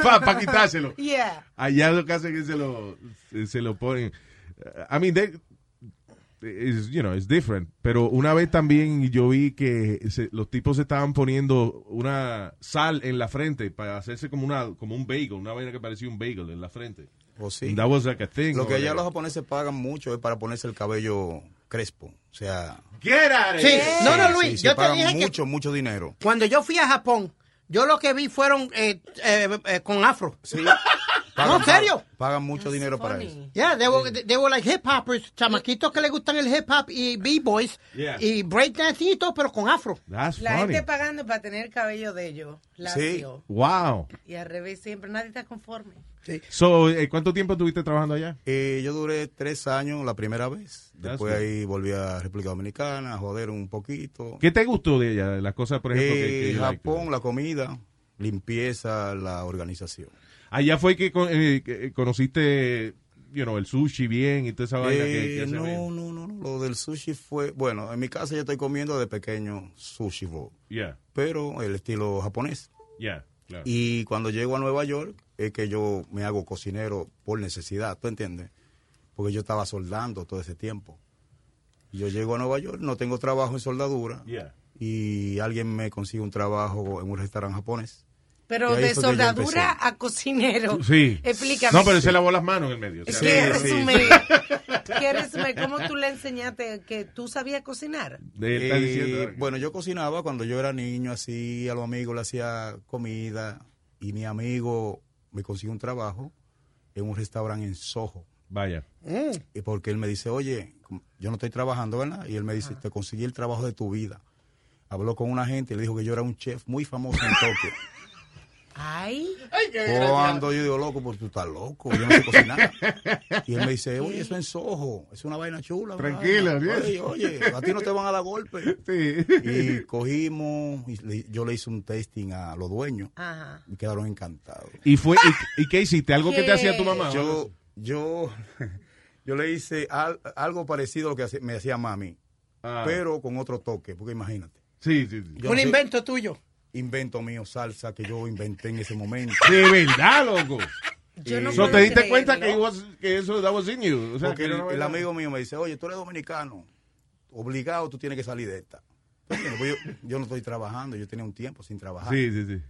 [SPEAKER 6] para quitárselo.
[SPEAKER 8] Yeah.
[SPEAKER 6] Allá lo que hacen es se lo, se lo ponen. I mean, they, it's, you know, it's different. Pero una vez también yo vi que se- los tipos se estaban poniendo una sal en la frente para hacerse como una como un bagel, una vaina que parecía un bagel en la frente.
[SPEAKER 20] O Oh, sí.
[SPEAKER 6] And that was like a thing
[SPEAKER 20] Lo
[SPEAKER 6] over
[SPEAKER 20] que allá
[SPEAKER 6] there.
[SPEAKER 20] los japoneses pagan mucho es para ponerse el cabello crespo. O sea.
[SPEAKER 6] Get
[SPEAKER 12] out of Sí. here. No, no, Luis, yo te
[SPEAKER 20] pagan
[SPEAKER 12] dije que-
[SPEAKER 20] mucho, mucho dinero.
[SPEAKER 12] Cuando yo fui a Japón, yo lo que vi fueron eh, eh, eh, con afro.
[SPEAKER 20] Pagan-
[SPEAKER 12] [LAUGHS] no, serio.
[SPEAKER 20] Pagan mucho dinero para eso.
[SPEAKER 12] Yeah, they were, they were like hip hoppers, chamaquitos que le gustan el hip hop y b-boys
[SPEAKER 20] Yeah.
[SPEAKER 12] y breakdancing y todo, pero con afro.
[SPEAKER 6] That's
[SPEAKER 8] La gente pagando para tener el cabello de ellos. Lacio.
[SPEAKER 6] Wow.
[SPEAKER 8] Y al revés siempre. Nadie está conforme.
[SPEAKER 6] So, eh, ¿Cuánto tiempo estuviste trabajando allá?
[SPEAKER 20] Eh, yo duré tres años la primera vez.
[SPEAKER 6] That's
[SPEAKER 20] Después
[SPEAKER 6] good.
[SPEAKER 20] ahí volví a República Dominicana a joder un poquito.
[SPEAKER 6] ¿Qué te gustó de allá? de Las cosas, por ejemplo, que- que
[SPEAKER 20] Eh,
[SPEAKER 6] you liked?
[SPEAKER 20] Japón, la comida, limpieza, la organización.
[SPEAKER 6] Allá fue que con- eh, que- eh, conociste you know, el sushi bien y toda esa vaina que, que
[SPEAKER 20] Eh,
[SPEAKER 6] hace
[SPEAKER 20] no,
[SPEAKER 6] bien.
[SPEAKER 20] no, no, no. Lo del sushi fue. Bueno, en mi casa yo estoy comiendo de pequeño sushi roll.
[SPEAKER 6] Yeah.
[SPEAKER 20] Pero el estilo japonés.
[SPEAKER 6] Yeah, claro.
[SPEAKER 20] Y cuando llego a Nueva York es que yo me hago cocinero por necesidad, ¿tú entiendes? Porque yo estaba soldando todo ese tiempo. Yo llego a Nueva York, no tengo trabajo en soldadura
[SPEAKER 6] Yeah.
[SPEAKER 20] y alguien me consigue un trabajo en un restaurante japonés.
[SPEAKER 8] Pero
[SPEAKER 20] Y ahí
[SPEAKER 8] de
[SPEAKER 20] fue que yo
[SPEAKER 8] soldadura a cocinero.
[SPEAKER 6] Sí.
[SPEAKER 8] Explícame.
[SPEAKER 6] No, pero se lavó las manos en el medio. o sea,
[SPEAKER 8] ¿Qué
[SPEAKER 6] sí,
[SPEAKER 8] resumen?
[SPEAKER 6] sí.
[SPEAKER 8] ¿Qué resumen? ¿Cómo tú le enseñaste que tú sabías cocinar?
[SPEAKER 6] Él está
[SPEAKER 20] Eh,
[SPEAKER 6] diciendo, ahora.
[SPEAKER 20] bueno, yo cocinaba cuando yo era niño, así a los amigos le hacía comida y mi amigo me consiguió un trabajo en un restaurante en Soho.
[SPEAKER 6] Vaya.
[SPEAKER 20] Y porque él me dice, oye, yo no estoy trabajando, ¿verdad? Y él me dice, te conseguí el trabajo de tu vida. Habló con una gente y le dijo que yo era un chef muy famoso en Tokio.
[SPEAKER 8] Ay.
[SPEAKER 6] Oh, ah.
[SPEAKER 20] Cuando yo digo, loco, pues tú estás loco, yo no sé cocinar. Y él me dice, oye, eso es sojo, es una vaina chula. una
[SPEAKER 6] Tranquila,
[SPEAKER 20] vaina.
[SPEAKER 6] bien.
[SPEAKER 20] Oye, oye, a ti no te van a dar golpe. Y cogimos, y le- yo le hice un testing a los dueños
[SPEAKER 8] Ajá.
[SPEAKER 20] y quedaron encantados.
[SPEAKER 6] ¿Y, fue, y, y qué hiciste? ¿Algo que te hacía tu mamá?
[SPEAKER 20] Yo, yo, [LAUGHS] yo le hice al- algo parecido a lo que hace- me hacía mami,
[SPEAKER 6] Ah.
[SPEAKER 20] pero con otro toque, porque imagínate.
[SPEAKER 6] Sí, sí, sí.
[SPEAKER 20] Yo
[SPEAKER 12] Un
[SPEAKER 20] no sé-
[SPEAKER 12] invento tuyo.
[SPEAKER 20] Invento mío, salsa que yo inventé en ese momento.
[SPEAKER 6] De verdad, loco.
[SPEAKER 20] Yo no
[SPEAKER 6] So,
[SPEAKER 20] puedo
[SPEAKER 6] ¿Te diste
[SPEAKER 20] creerlo.
[SPEAKER 6] cuenta que, it was- que eso that was in you? O sea,
[SPEAKER 20] Eh, Porque
[SPEAKER 6] que
[SPEAKER 20] el,
[SPEAKER 6] era una
[SPEAKER 20] el
[SPEAKER 6] vaina-
[SPEAKER 20] amigo mío me dice, oye, tú eres dominicano, obligado tú tienes que salir de esta. ¿Tú entiendes? Pues yo, yo no estoy trabajando, yo tenía un tiempo sin trabajar.
[SPEAKER 6] Sí, sí, sí.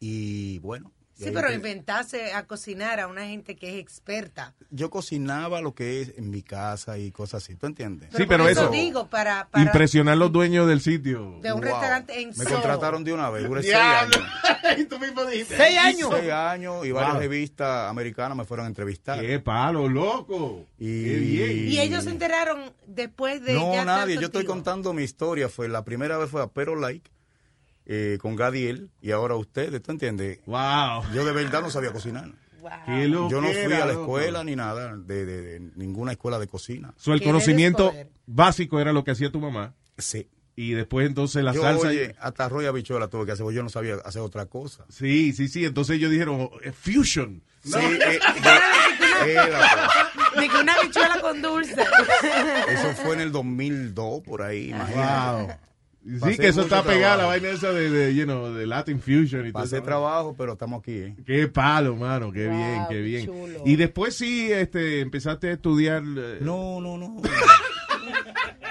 [SPEAKER 20] Y bueno. y
[SPEAKER 8] Sí,
[SPEAKER 20] ahí
[SPEAKER 8] pero
[SPEAKER 20] empe-
[SPEAKER 8] inventarse a cocinar a una gente que es experta.
[SPEAKER 20] Yo cocinaba lo que es en mi casa y cosas así, ¿tú entiendes?
[SPEAKER 6] Sí, pero
[SPEAKER 8] por
[SPEAKER 6] eso-
[SPEAKER 8] digo, para, para
[SPEAKER 6] Impresionar los dueños del sitio.
[SPEAKER 8] de un restaurante en
[SPEAKER 20] Me
[SPEAKER 8] Soho.
[SPEAKER 20] contrataron de una vez, duré seis
[SPEAKER 6] Diablo.
[SPEAKER 20] años.
[SPEAKER 6] y tú mismo dijiste.
[SPEAKER 12] Seis años.
[SPEAKER 20] Seis años y varias
[SPEAKER 6] Wow.
[SPEAKER 20] revistas americanas me fueron a entrevistar.
[SPEAKER 6] ¡Qué palo, loco!
[SPEAKER 20] Y,
[SPEAKER 6] Qué bien.
[SPEAKER 8] Y ellos se enteraron después de
[SPEAKER 20] No,
[SPEAKER 8] ya
[SPEAKER 20] nadie.
[SPEAKER 8] tanto
[SPEAKER 20] Yo estoy
[SPEAKER 8] tiempo.
[SPEAKER 20] contando mi historia. Fue la primera vez fue a Pero Like eh, con Gadiel y ahora ustedes, ¿tú entiendes?
[SPEAKER 6] Wow.
[SPEAKER 20] Yo de verdad no sabía cocinar.
[SPEAKER 6] Qué
[SPEAKER 20] Yo no fui
[SPEAKER 6] loquera,
[SPEAKER 20] a la
[SPEAKER 6] loco.
[SPEAKER 20] escuela ni nada, de, de- de ninguna escuela de cocina.
[SPEAKER 6] So, el conocimiento básico era lo que hacía tu mamá.
[SPEAKER 20] Sí.
[SPEAKER 6] Y después entonces la
[SPEAKER 20] yo,
[SPEAKER 6] salsa.
[SPEAKER 20] oye, hasta arroz y habichuela tuve que hacer, porque yo no sabía hacer otra cosa.
[SPEAKER 6] Sí, sí, sí. Entonces ellos dijeron, eh, fusion.
[SPEAKER 20] Sí, eh, yo- eh, la-
[SPEAKER 8] De que una bichuela con dulce.
[SPEAKER 20] eso fue en el 2002, por ahí, imagínate.
[SPEAKER 6] Sí,
[SPEAKER 20] Pasé
[SPEAKER 6] que eso
[SPEAKER 20] mucho
[SPEAKER 6] está pegada la
[SPEAKER 20] trabajo.
[SPEAKER 6] vaina esa de, de, you know, de Latin Fusion y todo
[SPEAKER 20] Pasé
[SPEAKER 6] eso.
[SPEAKER 20] trabajo, pero estamos aquí, ¿eh?
[SPEAKER 6] Qué palo, mano, qué
[SPEAKER 20] Wow,
[SPEAKER 6] bien,
[SPEAKER 20] qué
[SPEAKER 6] qué bien.
[SPEAKER 20] chulo.
[SPEAKER 6] Y después sí este, empezaste a estudiar. eh, No,
[SPEAKER 20] no, no.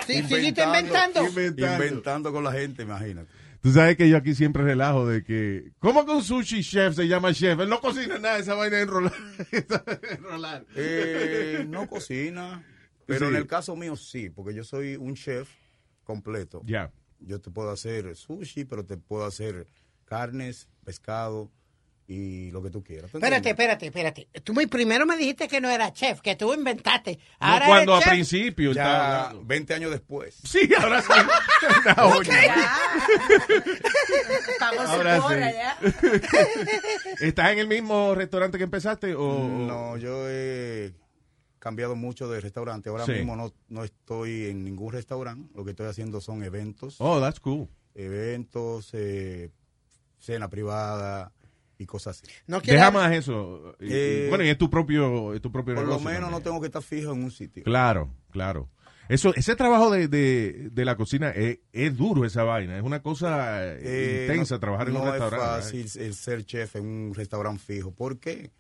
[SPEAKER 12] Sí, seguiste inventando.
[SPEAKER 6] Inventando.
[SPEAKER 20] Inventando con la gente, imagínate.
[SPEAKER 6] Tú sabes que yo aquí siempre relajo de que. ¿Cómo que un sushi chef se llama chef? Él no cocina nada, esa vaina es enrolar. [LAUGHS]
[SPEAKER 20] Eh, no cocina, pero
[SPEAKER 6] Sí.
[SPEAKER 20] en el caso mío sí, porque yo soy un chef completo.
[SPEAKER 6] Ya.
[SPEAKER 20] Yo te puedo hacer sushi, pero te puedo hacer carnes, pescado y lo que tú quieras. ¿Tú
[SPEAKER 12] Espérate,
[SPEAKER 20] entiendes?
[SPEAKER 12] espérate, espérate. Tú me- primero me dijiste que no era chef, que tú inventaste.
[SPEAKER 6] No,
[SPEAKER 12] Ahora
[SPEAKER 6] cuando a
[SPEAKER 12] eres chef.
[SPEAKER 6] principio.
[SPEAKER 20] Ya,
[SPEAKER 6] estaba hablando.
[SPEAKER 20] 20 años después.
[SPEAKER 6] Sí, ahora sí. Ahora,
[SPEAKER 8] Pagó
[SPEAKER 6] ahora
[SPEAKER 8] su hora ya.
[SPEAKER 6] sí. ¿Estás en el mismo restaurante que empezaste? O...
[SPEAKER 20] No, yo he cambiado mucho de restaurante. Ahora
[SPEAKER 6] Sí.
[SPEAKER 20] mismo no, no estoy en ningún restaurante. Lo que estoy haciendo son eventos.
[SPEAKER 6] Oh, that's cool.
[SPEAKER 20] Eventos, eh, cena privada y cosas así.
[SPEAKER 12] No quiero
[SPEAKER 6] Deja
[SPEAKER 12] hablar-
[SPEAKER 6] más eso. Y- y-
[SPEAKER 20] Eh,
[SPEAKER 6] bueno, y es tu propio, es tu propio
[SPEAKER 20] Por lo
[SPEAKER 6] negocio.
[SPEAKER 20] menos
[SPEAKER 6] también.
[SPEAKER 20] no tengo que estar fijo en un sitio.
[SPEAKER 6] Claro, claro. Eso, ese trabajo de, de, de la cocina es, es duro esa vaina. Es una cosa eh,
[SPEAKER 20] Eh,
[SPEAKER 6] intensa
[SPEAKER 20] no-
[SPEAKER 6] trabajar en
[SPEAKER 20] no
[SPEAKER 6] un restaurante.
[SPEAKER 20] es fácil el ser chef en un restaurante fijo. ¿Por qué?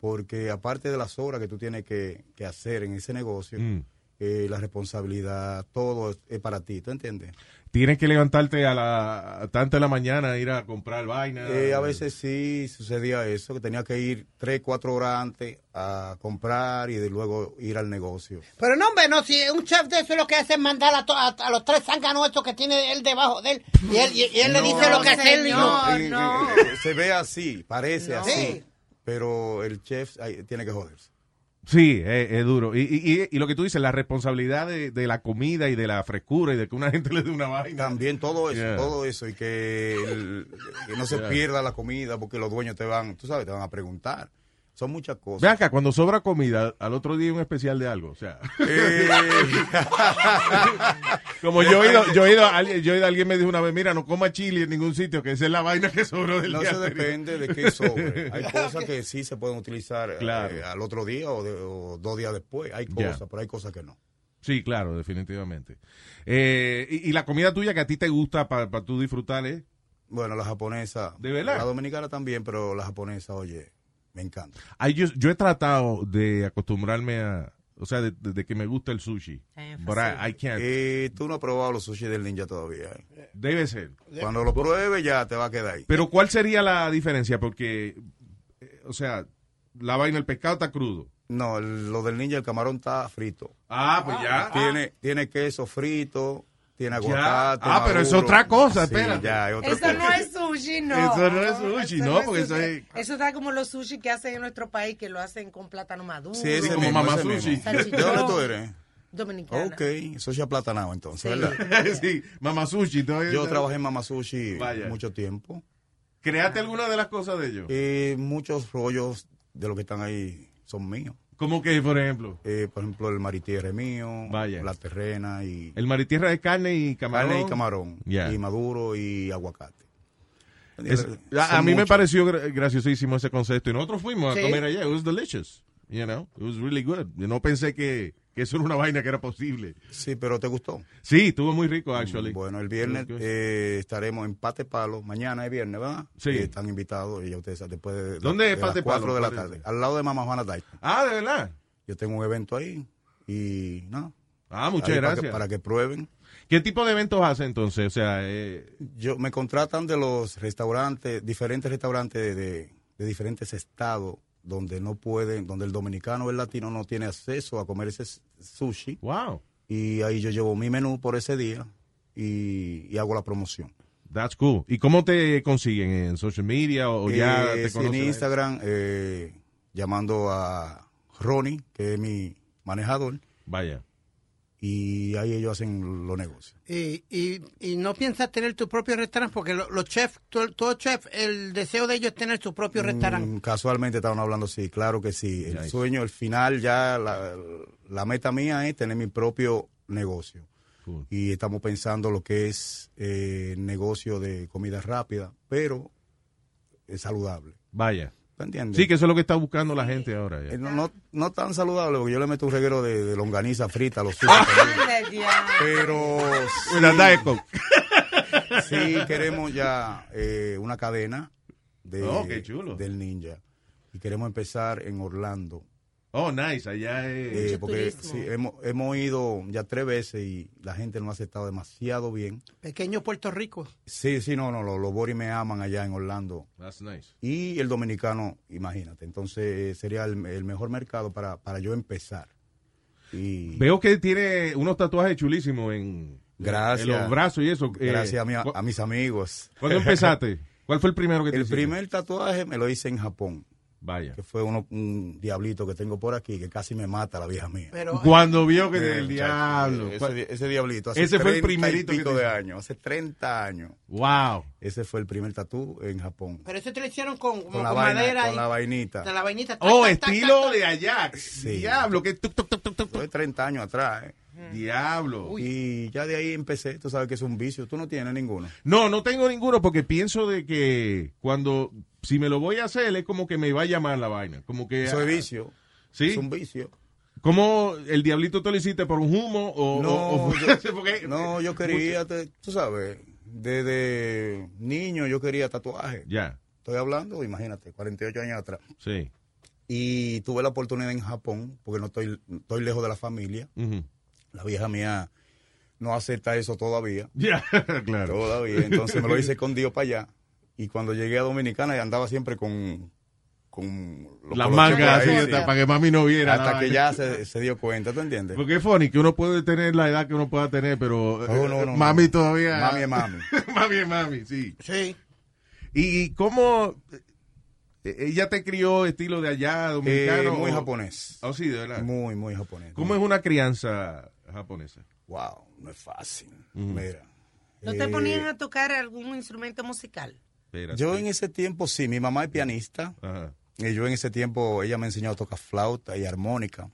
[SPEAKER 20] Porque aparte de las horas que tú tienes que, que hacer en ese negocio,
[SPEAKER 6] Mm.
[SPEAKER 20] eh, la responsabilidad, todo es, es para ti, ¿tú entiendes?
[SPEAKER 6] ¿verdad? Tienes que levantarte a la a tanto de la mañana, ir a comprar vaina.
[SPEAKER 20] Eh, a veces sí sucedía eso, que tenía que ir tres, cuatro horas antes a comprar y de luego ir al negocio.
[SPEAKER 12] Pero no, hombre, no, si un chef de eso lo que hace es mandar a, to- a- a los tres zánganos estos que tiene él debajo de él. Y él, y- y él le
[SPEAKER 20] No,
[SPEAKER 12] dice lo que hacer. y no.
[SPEAKER 8] señor,
[SPEAKER 20] Eh, eh,
[SPEAKER 8] no.
[SPEAKER 20] eh, Se ve así, parece así,
[SPEAKER 12] Sí.
[SPEAKER 20] pero el chef ay, tiene que joderse.
[SPEAKER 6] Sí, es, es duro. Y, y, y- y lo que tú dices, la responsabilidad de, de la comida y de la frescura y de que una gente le dé una vaina.
[SPEAKER 20] También todo eso,
[SPEAKER 6] Yeah.
[SPEAKER 20] todo eso. Y que, el- que no se
[SPEAKER 6] Yeah.
[SPEAKER 20] pierda la comida porque los dueños te van, tú sabes, te van a preguntar. Son muchas cosas.
[SPEAKER 6] Ve acá, cuando sobra comida, al otro día hay un especial de algo. O sea.
[SPEAKER 20] Eh.
[SPEAKER 6] [LAUGHS] Como yo he ido, yo he ido, a alguien- yo he ido a alguien me dijo una vez, mira, no coma chile en ningún sitio, que esa es la vaina que sobró del
[SPEAKER 20] No
[SPEAKER 6] día
[SPEAKER 20] se
[SPEAKER 6] anterior".
[SPEAKER 20] depende [LAUGHS] de qué sobre. Hay cosas que sí se pueden utilizar eh,
[SPEAKER 6] Claro.
[SPEAKER 20] al otro día o, de- o dos días después. Hay
[SPEAKER 6] Ya.
[SPEAKER 20] cosas, pero hay cosas que no.
[SPEAKER 6] Sí, claro, definitivamente. Eh, y, y la comida tuya que a ti te gusta para tú disfrutar, ¿eh?
[SPEAKER 20] Bueno, la japonesa.
[SPEAKER 6] ¿De verdad?
[SPEAKER 20] La dominicana también, pero la japonesa, oye, me encanta.
[SPEAKER 6] Ay, yo, yo he tratado de acostumbrarme a, o sea, de, de- de que me gusta el sushi. [LAUGHS] But I, I can't.
[SPEAKER 20] Y tú no has probado los sushi del ninja todavía. eh.
[SPEAKER 6] Debe ser.
[SPEAKER 20] Cuando lo pruebes ya te va a quedar ahí.
[SPEAKER 6] Pero ¿cuál sería la diferencia? Porque, eh, o sea, la vaina, el pescado está crudo.
[SPEAKER 20] No, el- lo del ninja, el camarón está frito.
[SPEAKER 6] Ah, pues ya.
[SPEAKER 20] Tiene, tiene queso frito,
[SPEAKER 6] Ya.
[SPEAKER 20] tiene aguacate.
[SPEAKER 6] Ah, pero es otra cosa,
[SPEAKER 20] Sí,
[SPEAKER 6] espérate.
[SPEAKER 20] ya, es otra
[SPEAKER 8] Eso
[SPEAKER 20] cosa.
[SPEAKER 8] no es sushi, no.
[SPEAKER 6] Eso no es sushi, no, porque eso es-
[SPEAKER 8] Eso está como los sushi que hacen en nuestro país, que lo hacen con plátano maduro.
[SPEAKER 20] Sí, ese
[SPEAKER 6] Como
[SPEAKER 20] mismo,
[SPEAKER 6] mamá
[SPEAKER 20] ese
[SPEAKER 6] sushi.
[SPEAKER 20] mismo.
[SPEAKER 8] Salchichón.
[SPEAKER 20] ¿De dónde tú eres?
[SPEAKER 8] Dominicana.
[SPEAKER 20] Ok, sushi aplatanado entonces,
[SPEAKER 8] Sí.
[SPEAKER 20] ¿verdad?
[SPEAKER 6] [LAUGHS] sí, Mama Sushi. todavía
[SPEAKER 20] Yo
[SPEAKER 6] está-
[SPEAKER 20] trabajé en Mama Sushi
[SPEAKER 6] Vaya.
[SPEAKER 20] mucho tiempo.
[SPEAKER 6] ¿Creaste alguna de las cosas de ellos?
[SPEAKER 20] Y muchos rollos de los que están ahí son míos.
[SPEAKER 6] ¿Cómo que, por ejemplo?
[SPEAKER 20] Eh, por ejemplo, el maritierre es mío,
[SPEAKER 6] Vaya.
[SPEAKER 20] la terrena y
[SPEAKER 6] El maritierra de carne y camarón.
[SPEAKER 20] carne y camarón.
[SPEAKER 6] Ya.
[SPEAKER 20] Y maduro y aguacate. Eh,
[SPEAKER 6] Es-
[SPEAKER 20] Son
[SPEAKER 6] a, a mí me
[SPEAKER 20] muchos.
[SPEAKER 6] pareció gra- graciosísimo ese concepto y nosotros fuimos a
[SPEAKER 20] Sí.
[SPEAKER 6] comer allá. It was delicious, you know. It was really good. Yo no pensé que, que eso era una vaina que era posible.
[SPEAKER 20] Sí, pero ¿te gustó?
[SPEAKER 6] Sí, estuvo muy rico, actually.
[SPEAKER 20] Bueno, el viernes
[SPEAKER 6] Good.
[SPEAKER 20] eh, estaremos en Pate Palo. Mañana es viernes, ¿verdad?
[SPEAKER 6] Sí.
[SPEAKER 20] Eh, están invitados y ya ustedes saben, después de,
[SPEAKER 6] ¿Dónde
[SPEAKER 20] de
[SPEAKER 6] es Pate
[SPEAKER 20] las 4
[SPEAKER 6] Palo?
[SPEAKER 20] de la
[SPEAKER 6] ¿Cuál es?
[SPEAKER 20] tarde. Al lado de Mamá Juana Dyson.
[SPEAKER 6] Ah, ¿de verdad?
[SPEAKER 20] Yo tengo un evento ahí y no.
[SPEAKER 6] Ah, muchas
[SPEAKER 20] Ahí para que-
[SPEAKER 6] gracias.
[SPEAKER 20] para que prueben.
[SPEAKER 6] ¿Qué tipo de eventos hace entonces? O sea, eh,
[SPEAKER 20] yo me contratan de los restaurantes, diferentes restaurantes de, de- de diferentes estados donde no pueden, donde el dominicano o el latino no tiene acceso a comer ese s- sushi.
[SPEAKER 6] Wow.
[SPEAKER 20] Y ahí yo llevo mi menú por ese día y, y hago la promoción.
[SPEAKER 6] that's cool. ¿Y cómo te consiguen? ¿En social media o o Oh, ya
[SPEAKER 20] Eh,
[SPEAKER 6] te
[SPEAKER 20] sí, en
[SPEAKER 6] conocen?
[SPEAKER 20] Instagram eh, llamando a Ronnie, que es mi manejador.
[SPEAKER 6] Vaya.
[SPEAKER 20] Y ahí ellos hacen los negocios.
[SPEAKER 12] Y, y, y no piensas tener tu propio restaurante porque lo- los chefs, to- todo chef, el deseo de ellos es tener su propio restaurante.
[SPEAKER 20] Mm, Casualmente estaban hablando, sí, claro que sí. El
[SPEAKER 6] Nice.
[SPEAKER 20] sueño, el final, ya la, la meta mía es tener mi propio negocio.
[SPEAKER 6] Cool.
[SPEAKER 20] Y estamos pensando lo que es eh, negocio de comida rápida, pero es saludable.
[SPEAKER 6] Vaya.
[SPEAKER 20] ¿Tú entiendes?
[SPEAKER 6] Sí, que eso es lo que está buscando la gente ahora. ya.
[SPEAKER 20] Eh, No, no, no tan saludable, porque yo le meto un reguero de, de longaniza
[SPEAKER 6] [LAUGHS]
[SPEAKER 20] frita a los sushi.
[SPEAKER 8] Anda, diablo.
[SPEAKER 20] pero sí,
[SPEAKER 6] Una Diet Coke.
[SPEAKER 20] sí queremos ya eh, una cadena de,
[SPEAKER 6] Oh, qué chulo.
[SPEAKER 20] del ninja. Y queremos empezar en Orlando.
[SPEAKER 6] Oh, nice. Allá es...
[SPEAKER 20] Eh, porque
[SPEAKER 12] turismo.
[SPEAKER 20] sí, hemos, hemos ido ya tres veces y la gente no ha aceptado demasiado bien.
[SPEAKER 12] Pequeño Puerto Rico.
[SPEAKER 20] Sí, sí, no, no, los, los boris me aman allá en Orlando.
[SPEAKER 6] That's nice.
[SPEAKER 20] Y el dominicano, imagínate. Entonces eh, sería el, el mejor mercado para, para yo empezar. Y
[SPEAKER 6] Veo que tiene unos tatuajes chulísimos en, en
[SPEAKER 20] gracias.
[SPEAKER 6] los brazos y eso. Eh,
[SPEAKER 20] gracias a, mi-
[SPEAKER 6] cu-
[SPEAKER 20] a mis amigos.
[SPEAKER 6] ¿Cuándo
[SPEAKER 20] [LAUGHS]
[SPEAKER 6] empezaste? ¿Cuál fue el primero que te
[SPEAKER 20] El
[SPEAKER 6] hiciste?
[SPEAKER 20] primer tatuaje me lo hice en Japón,
[SPEAKER 6] Vaya.
[SPEAKER 20] que fue uno- un diablito que tengo por aquí que casi me mata la vieja mía.
[SPEAKER 12] Pero
[SPEAKER 6] Cuando vio que
[SPEAKER 20] Eh,
[SPEAKER 6] el
[SPEAKER 20] muchacho,
[SPEAKER 6] diablo.
[SPEAKER 20] eh,
[SPEAKER 6] ¿cuál-
[SPEAKER 20] Ese, di- ese diablito. hace
[SPEAKER 6] Ese fue el
[SPEAKER 20] 30 y
[SPEAKER 6] primerito que
[SPEAKER 20] pico
[SPEAKER 6] te
[SPEAKER 20] de
[SPEAKER 6] hizo.
[SPEAKER 20] años, hace [LAUGHS] 30 años.
[SPEAKER 6] Wow.
[SPEAKER 20] Ese fue el primer tatú en Japón.
[SPEAKER 12] Pero eso te lo hicieron con, como
[SPEAKER 20] Con la
[SPEAKER 12] con
[SPEAKER 20] vaina,
[SPEAKER 12] madera.
[SPEAKER 20] con
[SPEAKER 12] y-
[SPEAKER 20] la vainita.
[SPEAKER 12] de la vainita. Tac,
[SPEAKER 6] Oh,
[SPEAKER 12] tac, tac,
[SPEAKER 6] estilo
[SPEAKER 12] tac,
[SPEAKER 6] de
[SPEAKER 12] tac.
[SPEAKER 6] allá.
[SPEAKER 20] Sí.
[SPEAKER 6] Diablo, que tuc, tuc, tuc, tuc, tuc, tuc.
[SPEAKER 20] Fue 30 años atrás. eh.
[SPEAKER 6] Diablo.
[SPEAKER 20] Y ya de ahí empecé. Tú sabes que es un vicio. Tú no tienes ninguno.
[SPEAKER 6] No, no tengo ninguno porque pienso de que cuando, si me lo voy a hacer, es como que me va a llamar la vaina. Como que...
[SPEAKER 20] Eso es
[SPEAKER 6] ah,
[SPEAKER 20] vicio.
[SPEAKER 6] ¿Sí?
[SPEAKER 20] Es un vicio.
[SPEAKER 6] ¿Cómo el diablito te lo hiciste por un humo o...? o-
[SPEAKER 20] No,
[SPEAKER 6] o-
[SPEAKER 20] yo,
[SPEAKER 6] porque-
[SPEAKER 20] [LAUGHS] no, yo quería, te- tú sabes, desde niño yo quería tatuaje.
[SPEAKER 6] Ya,
[SPEAKER 20] Estoy hablando, imagínate, 48 años atrás.
[SPEAKER 6] sí.
[SPEAKER 20] Y tuve la oportunidad en Japón, porque no estoy, estoy lejos de la familia.
[SPEAKER 6] [LAUGHS] Ujú.
[SPEAKER 20] La vieja mía no acepta eso todavía.
[SPEAKER 6] [LAUGHS] Ya, claro.
[SPEAKER 20] Todavía. Entonces me lo hice escondido para allá. Y cuando llegué a Dominicana andaba siempre con, con los
[SPEAKER 6] Las
[SPEAKER 20] colochos por
[SPEAKER 6] mangas
[SPEAKER 20] ahí,
[SPEAKER 6] así,
[SPEAKER 20] sí.
[SPEAKER 6] hasta para que mami no viera. la
[SPEAKER 20] Hasta que
[SPEAKER 6] vaina.
[SPEAKER 20] ya se, se dio cuenta, ¿tú entiendes?
[SPEAKER 6] Porque es funny que uno puede tener la edad que uno pueda tener, pero
[SPEAKER 20] No,
[SPEAKER 6] eh,
[SPEAKER 20] no, no,
[SPEAKER 6] mami
[SPEAKER 20] no.
[SPEAKER 6] todavía.
[SPEAKER 20] Mami es mami.
[SPEAKER 6] [LAUGHS] mami es mami, sí.
[SPEAKER 12] Sí.
[SPEAKER 6] ¿Y cómo eh, ella te crió estilo de allá,
[SPEAKER 20] Eh,
[SPEAKER 6] dominicano?
[SPEAKER 20] muy
[SPEAKER 6] o-
[SPEAKER 20] japonés.
[SPEAKER 6] Oh, sí, de verdad.
[SPEAKER 20] Muy, muy japonés.
[SPEAKER 6] ¿Cómo es una crianza japonesa?
[SPEAKER 20] Wow, no es fácil.
[SPEAKER 6] Ujú.
[SPEAKER 20] Mira.
[SPEAKER 8] ¿No te
[SPEAKER 20] eh,
[SPEAKER 8] ponían a tocar algún instrumento musical?
[SPEAKER 6] Espérate.
[SPEAKER 20] Yo en ese tiempo sí, mi mamá es pianista.
[SPEAKER 6] Ajá.
[SPEAKER 20] Y yo en ese tiempo, ella me enseñó a tocar flauta y armónica,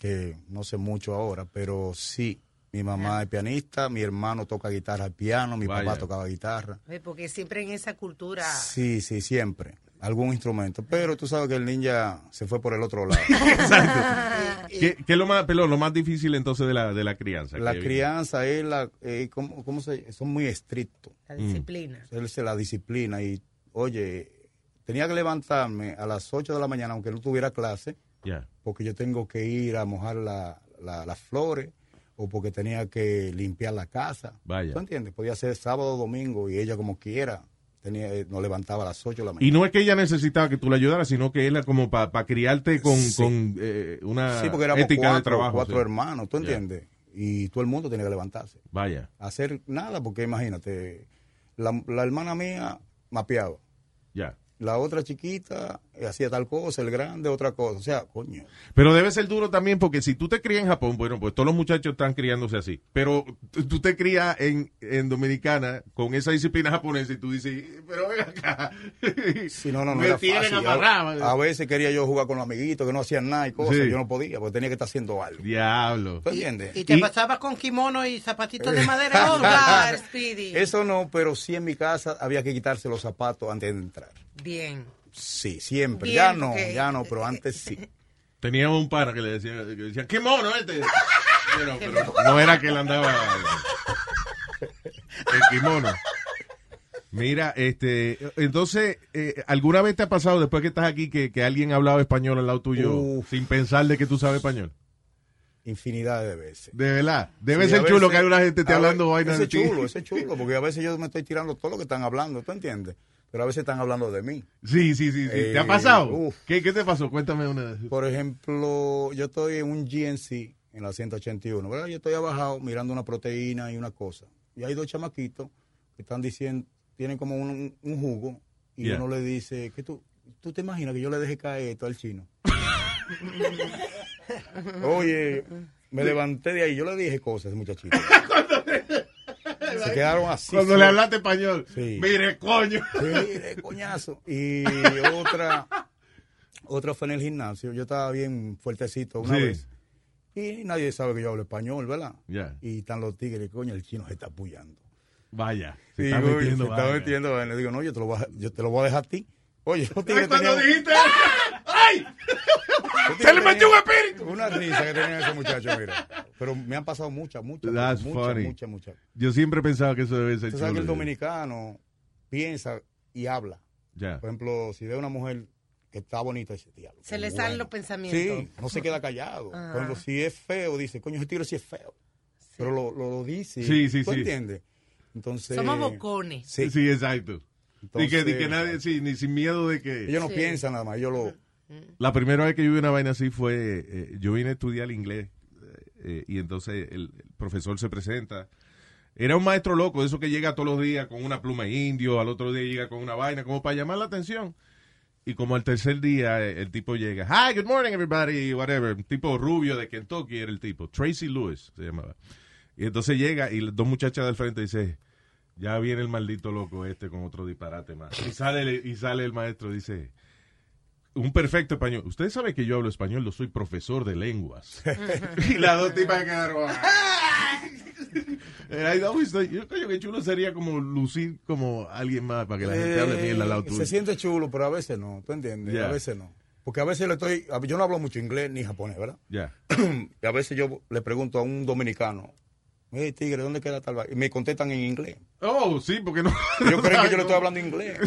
[SPEAKER 20] que no sé mucho ahora, pero sí. Mi mamá es pianista, mi hermano toca guitarra al piano, mi
[SPEAKER 8] Vaya.
[SPEAKER 20] papá tocaba guitarra.
[SPEAKER 8] Ve, Eh, Porque siempre en esa cultura.
[SPEAKER 20] Sí, sí, siempre. Algún instrumento. Pero tú sabes que el ninja se fue por el otro lado.
[SPEAKER 6] ¿Qué, qué es lo más, perdón, lo más difícil entonces de la, de la crianza?
[SPEAKER 20] La
[SPEAKER 6] Que-
[SPEAKER 20] crianza es la... eh, ¿cómo, cómo se, son muy estrictos.
[SPEAKER 8] La
[SPEAKER 6] Mm.
[SPEAKER 8] disciplina.
[SPEAKER 20] Él se la disciplina y, oye, tenía que levantarme a las 8 de la mañana, aunque no tuviera clase,
[SPEAKER 6] Ya.
[SPEAKER 20] porque yo tengo que ir a mojar la- la- las flores o porque tenía que limpiar la casa.
[SPEAKER 6] Vaya.
[SPEAKER 20] ¿Tú entiendes? Podía ser sábado o domingo y ella como quiera tenía, eh, nos levantaba a las 8 de la mañana.
[SPEAKER 6] Y no es que ella necesitaba que tú la ayudaras, sino que era como para criarte con, con, eh, una
[SPEAKER 20] Sí, porque éramos
[SPEAKER 6] ética
[SPEAKER 20] cuatro,
[SPEAKER 6] de trabajo.
[SPEAKER 20] cuatro
[SPEAKER 6] sí.
[SPEAKER 20] hermanos, ¿tú
[SPEAKER 6] Ya.
[SPEAKER 20] entiendes? Y todo el mundo tenía que levantarse.
[SPEAKER 6] Vaya.
[SPEAKER 20] Hacer nada, porque imagínate, la, la hermana mía mapeaba.
[SPEAKER 6] Ya.
[SPEAKER 20] La otra chiquita eh, hacía tal cosa, el grande otra cosa. O sea,
[SPEAKER 6] [LAUGHS]
[SPEAKER 20] coño.
[SPEAKER 6] Pero debe ser duro también porque si tú te crías en Japón, bueno, pues todos los muchachos están criándose así. Pero tú- tú te crías en, en Dominicana con esa disciplina japonesa y tú dices, pero ven acá.
[SPEAKER 20] Si no, no, no
[SPEAKER 6] Me
[SPEAKER 20] era
[SPEAKER 6] tienen
[SPEAKER 20] fácil.
[SPEAKER 6] amarrado. eh.
[SPEAKER 20] A, a veces quería yo jugar con los amiguitos que no hacían nada y cosas.
[SPEAKER 6] Sí.
[SPEAKER 20] Yo no podía, porque tenía que estar haciendo algo.
[SPEAKER 6] Diablo.
[SPEAKER 20] ¿Tú entiendes?
[SPEAKER 12] Y te pasabas con kimono y zapatitos de madera.
[SPEAKER 20] [LAUGHS] Ah,
[SPEAKER 12] No, claro,
[SPEAKER 20] claro. Eso no, pero sí en mi casa había que quitarse los zapatos antes de entrar.
[SPEAKER 8] Bien.
[SPEAKER 20] Sí, siempre.
[SPEAKER 8] Bien,
[SPEAKER 20] ya no,
[SPEAKER 8] porque-
[SPEAKER 20] ya no, pero antes sí.
[SPEAKER 6] Teníamos un pana que le decían, que decían ¡qué mono este! Bueno, pero no era que él andaba en kimono. Mira, este, entonces, eh, ¿alguna vez te ha pasado después que estás aquí que, que alguien ha hablado español al lado tuyo sin pensar de que tú sabes español?
[SPEAKER 20] Infinidad de veces.
[SPEAKER 6] De verdad, debe
[SPEAKER 20] Sí,
[SPEAKER 6] ser
[SPEAKER 20] a
[SPEAKER 6] chulo
[SPEAKER 20] veces-
[SPEAKER 6] que hay una gente te
[SPEAKER 20] a
[SPEAKER 6] hablando
[SPEAKER 20] ve-
[SPEAKER 6] vaina
[SPEAKER 20] Ese
[SPEAKER 6] de
[SPEAKER 20] es
[SPEAKER 6] ti. [LAUGHS]
[SPEAKER 20] chulo, ese es chulo, porque a veces yo me estoy tirando todo lo que están hablando, ¿tú entiendes? Pero a veces están hablando de mí.
[SPEAKER 6] Sí, sí, sí, sí. ¿Te ha
[SPEAKER 20] Eh,
[SPEAKER 6] pasado?
[SPEAKER 20] uf.
[SPEAKER 6] ¿Qué, qué te pasó? Cuéntame una de
[SPEAKER 20] Por ejemplo, yo estoy en un GNC en la 181, ¿verdad? Yo estoy abajado mirando una proteína y una cosa. Y hay dos chamaquitos que están diciendo, tienen como un, un jugo, y
[SPEAKER 7] Yeah.
[SPEAKER 20] uno le dice, que tú, ¿tú te imaginas que yo le deje caer esto al chino?
[SPEAKER 6] Mm. [LAUGHS]
[SPEAKER 20] Oye, me levanté de ahí, yo le dije cosas, muchachito. Se quedaron así.
[SPEAKER 6] Cuando le hablaste español.
[SPEAKER 20] Sí.
[SPEAKER 6] Mire, coño.
[SPEAKER 20] Mire, coñazo.
[SPEAKER 6] [LAUGHS]
[SPEAKER 20] Y otra, otra fue en el gimnasio. Yo estaba bien fuertecito una
[SPEAKER 6] Sí.
[SPEAKER 20] vez. Y nadie sabe que yo hablo español, ¿verdad?
[SPEAKER 6] Ya.
[SPEAKER 20] Y están los tigres, coño, el chino se está apoyando.
[SPEAKER 6] Vaya,
[SPEAKER 20] Se
[SPEAKER 6] se está metiendo
[SPEAKER 20] Se está
[SPEAKER 6] vaina.
[SPEAKER 20] metiendo vaina. Digo, no, yo te lo voy a, yo te lo voy a dejar a ti. Oye, los
[SPEAKER 6] ¿Sabes
[SPEAKER 20] tigres
[SPEAKER 6] cuando
[SPEAKER 20] tenían- [LAUGHS]
[SPEAKER 6] dijiste? ¡Ay! ¡Se le metió un espíritu!
[SPEAKER 20] Una risa que tenían esos muchachos, mira. Pero me han pasado muchas, muchas,
[SPEAKER 6] That's
[SPEAKER 20] muchas, muchas,
[SPEAKER 6] funny.
[SPEAKER 20] muchas, muchas.
[SPEAKER 6] Yo siempre pensaba que eso debe ser
[SPEAKER 20] Tú sabes que el
[SPEAKER 6] chulo.
[SPEAKER 20] dominicano piensa y habla.
[SPEAKER 6] Ya.
[SPEAKER 20] Por ejemplo, si ve una mujer que está bonita, dice, diablo.
[SPEAKER 8] Se
[SPEAKER 20] qué
[SPEAKER 8] le
[SPEAKER 20] buena".
[SPEAKER 8] salen los pensamientos. Ah.
[SPEAKER 20] Sí, no se queda callado.
[SPEAKER 8] Ajá.
[SPEAKER 20] Cuando si es feo, dice, coño, ese tigre sí es feo. Pero lo, lo, lo dice.
[SPEAKER 6] Sí, sí,
[SPEAKER 20] ¿Tú
[SPEAKER 6] sí.
[SPEAKER 20] entiendes? Entonces.
[SPEAKER 8] Somos bocones.
[SPEAKER 6] Sí,
[SPEAKER 20] Sí.
[SPEAKER 6] exacto. y, que,
[SPEAKER 20] Entonces- eh,
[SPEAKER 6] y que nadie, sí, ni sin miedo de que...
[SPEAKER 20] Ellos no piensan nada más, ellos lo.
[SPEAKER 6] La primera vez que yo vi una vaina así fue, eh, yo vine a estudiar inglés eh, y entonces el, el profesor se presenta. Era un maestro loco, de eso que llega todos los días con una pluma indio, al otro día llega con una vaina, como para llamar la atención. Y como al tercer día eh, el tipo llega, hi, good morning everybody, whatever. Un tipo rubio de Kentucky era el tipo, Tracy Lewis se llamaba. Y entonces llega y las dos muchachas del frente dice, ya viene el maldito loco este con otro disparate más. Y sale, el- y sale el maestro, dice, un perfecto español. Usted sabe que yo hablo español, lo soy profesor de
[SPEAKER 20] [LAUGHS]
[SPEAKER 6] lenguas. y las dos tipas quedaron. [LAUGHS] And I always thought, pues, yo coño, qué chulo sería como lucir como alguien más para que la gente hable bien al lado
[SPEAKER 20] Eh, Se
[SPEAKER 6] tuyo.
[SPEAKER 20] siente chulo, pero a veces no, ¿tú entiendes?
[SPEAKER 6] Ya.
[SPEAKER 20] A veces no. Porque a veces le estoy. a- Yo no hablo mucho inglés ni japonés, ¿verdad?
[SPEAKER 6] Ya.
[SPEAKER 12] Ah,
[SPEAKER 20] y a veces yo le pregunto a un dominicano, hey, tigre, ¿dónde queda tal vaina? Y me contestan en inglés.
[SPEAKER 6] Oh, sí, porque no.
[SPEAKER 20] Yo creo que yo le estoy hablando inglés.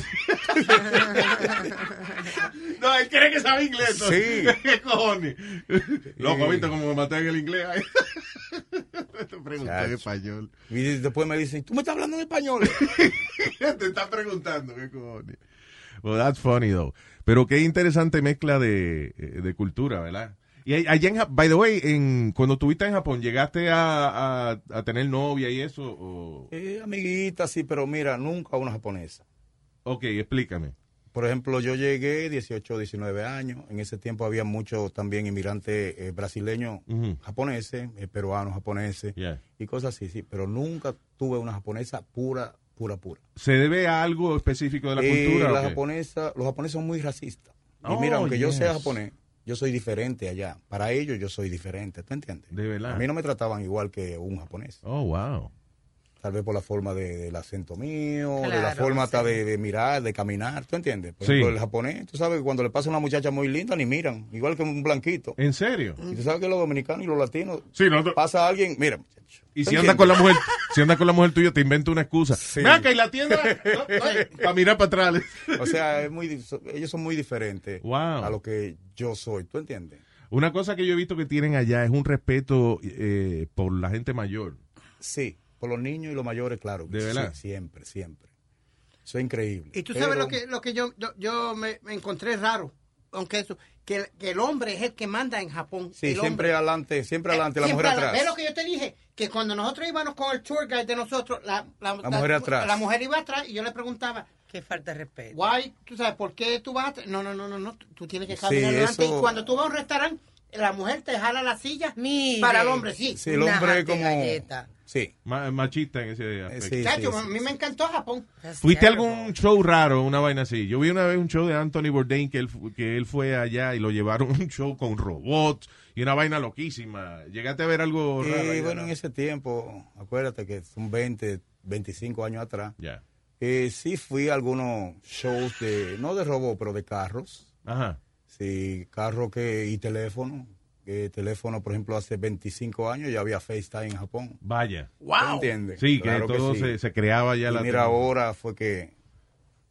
[SPEAKER 6] No, él cree que sabe inglés. [LAUGHS] ¿no?
[SPEAKER 20] Sí.
[SPEAKER 6] [LAUGHS] ¿Qué
[SPEAKER 20] [LAUGHS]
[SPEAKER 6] cojones? Loco,
[SPEAKER 20] Eh.
[SPEAKER 6] ¿viste cómo me maté en el inglés? Ay. [LAUGHS] Te [LAUGHS] pregunté [LAUGHS] en
[SPEAKER 20] Chacho.
[SPEAKER 6] español.
[SPEAKER 20] Y después me dicen, ¿tú me estás hablando en español?
[SPEAKER 6] [LAUGHS] Te están preguntando, ¿qué cojones? Well, that's funny, though. Pero qué interesante mezcla de, eh, de cultura, ¿verdad? Y ahí- allá en Japón, by the way, en, cuando estuviste en Japón, ¿llegaste a, a- a tener novia y eso? O,
[SPEAKER 20] Eh, amiguita, sí, pero mira, nunca una japonesa.
[SPEAKER 6] ok, explícame.
[SPEAKER 20] Por ejemplo, yo llegué 18, 19 años. En ese tiempo había muchos también inmigrantes eh, brasileños,
[SPEAKER 6] Ujú.
[SPEAKER 20] japoneses, eh, peruanos, japoneses
[SPEAKER 6] Yeah.
[SPEAKER 20] y cosas así, sí. Pero nunca tuve una japonesa pura, pura, pura.
[SPEAKER 6] ¿Se debe a algo específico de la
[SPEAKER 20] Eh,
[SPEAKER 6] cultura? o
[SPEAKER 20] la
[SPEAKER 6] qué?
[SPEAKER 20] japonesa, los japoneses son muy racistas. Y mira,
[SPEAKER 6] Oh,
[SPEAKER 20] aunque yo sea
[SPEAKER 6] yes.
[SPEAKER 20] japonés, yo soy diferente allá. Para ellos yo soy diferente, ¿tú entiendes?
[SPEAKER 6] De verdad.
[SPEAKER 20] A mí no me trataban igual que un japonés.
[SPEAKER 6] Oh, wow.
[SPEAKER 20] Tal vez por la forma de- del acento mío, de la
[SPEAKER 6] Claro,
[SPEAKER 20] forma hasta
[SPEAKER 6] sí.
[SPEAKER 20] de, de mirar, de caminar, ¿tú entiendes? Por
[SPEAKER 6] Sí.
[SPEAKER 20] ejemplo, el japonés, tú sabes que cuando le pasa una muchacha muy linda ni miran, igual que un blanquito.
[SPEAKER 6] ¿En serio?
[SPEAKER 20] Y tú sabes que los dominicanos y los latinos, pasa a alguien, mira, muchacho.
[SPEAKER 6] Y
[SPEAKER 20] ¿tú
[SPEAKER 6] si anda con la
[SPEAKER 20] entiendes?
[SPEAKER 6] mujer, si anda con la mujer tuya, te inventa una excusa. Ven acá y la tienda para mirar para atrás.
[SPEAKER 20] O sea, es muy, dif- ellos son muy diferentes a lo que yo soy, ¿tú entiendes?
[SPEAKER 6] Una cosa que yo he visto que tienen allá es un respeto eh, por la gente mayor.
[SPEAKER 20] Sí, por los niños y los mayores, claro.
[SPEAKER 6] ¿De verdad?
[SPEAKER 20] Sí, siempre, siempre. Eso es increíble.
[SPEAKER 12] Y tú sabes
[SPEAKER 20] Pero-
[SPEAKER 12] lo que, lo que yo, yo, yo me, me encontré raro, aunque eso, que, el- que el hombre es el que manda en Japón.
[SPEAKER 20] Sí,
[SPEAKER 12] el hombre. Eh,
[SPEAKER 20] siempre adelante, siempre adelante, la
[SPEAKER 12] Siempre
[SPEAKER 20] mujer
[SPEAKER 12] a la-
[SPEAKER 20] atrás.
[SPEAKER 12] ¿Ves lo que yo te dije? Que cuando nosotros íbamos con el tour guide de nosotros, la, la,
[SPEAKER 20] La mujer atrás.
[SPEAKER 12] la mujer iba atrás y yo le preguntaba.
[SPEAKER 8] Qué falta de respeto.
[SPEAKER 12] Guay, tú sabes, ¿por qué tú vas atrás? No, no, no, no, no, tú- tú tienes que
[SPEAKER 20] Sí,
[SPEAKER 12] caminar adelante.
[SPEAKER 20] eso-
[SPEAKER 12] Y cuando tú vas a un restaurante, la mujer te jala la silla para el hombre, sí.
[SPEAKER 6] Sí, el hombre
[SPEAKER 12] Una
[SPEAKER 6] como-
[SPEAKER 12] galleta.
[SPEAKER 20] Sí. Eh,
[SPEAKER 6] machista en ese aspecto.
[SPEAKER 12] Chacho, a mí me encantó Japón.
[SPEAKER 6] ¿Fuiste a algún show raro, una vaina así? Yo vi una vez un show de Anthony Bourdain que él, fu- que él fue allá y lo llevaron a un show con robots y una vaina loquísima. ¿Llegaste a ver algo raro?
[SPEAKER 20] Y
[SPEAKER 6] allá?
[SPEAKER 20] bueno, en ese tiempo, acuérdate que son 20, 25 años atrás.
[SPEAKER 6] Ya.
[SPEAKER 20] eh, sí fui a algunos shows de, no de robot, pero de carros.
[SPEAKER 6] Ajá.
[SPEAKER 20] Sí, carro que, y teléfono. que teléfono, por ejemplo, hace 25 años ya había FaceTime en Japón.
[SPEAKER 6] Vaya.
[SPEAKER 20] ¿Tú ¿Entiendes?
[SPEAKER 6] Sí,
[SPEAKER 20] Claro
[SPEAKER 6] que todo
[SPEAKER 20] sí.
[SPEAKER 6] Se, se creaba ya
[SPEAKER 20] Y
[SPEAKER 6] la...
[SPEAKER 20] mira, ahora fue que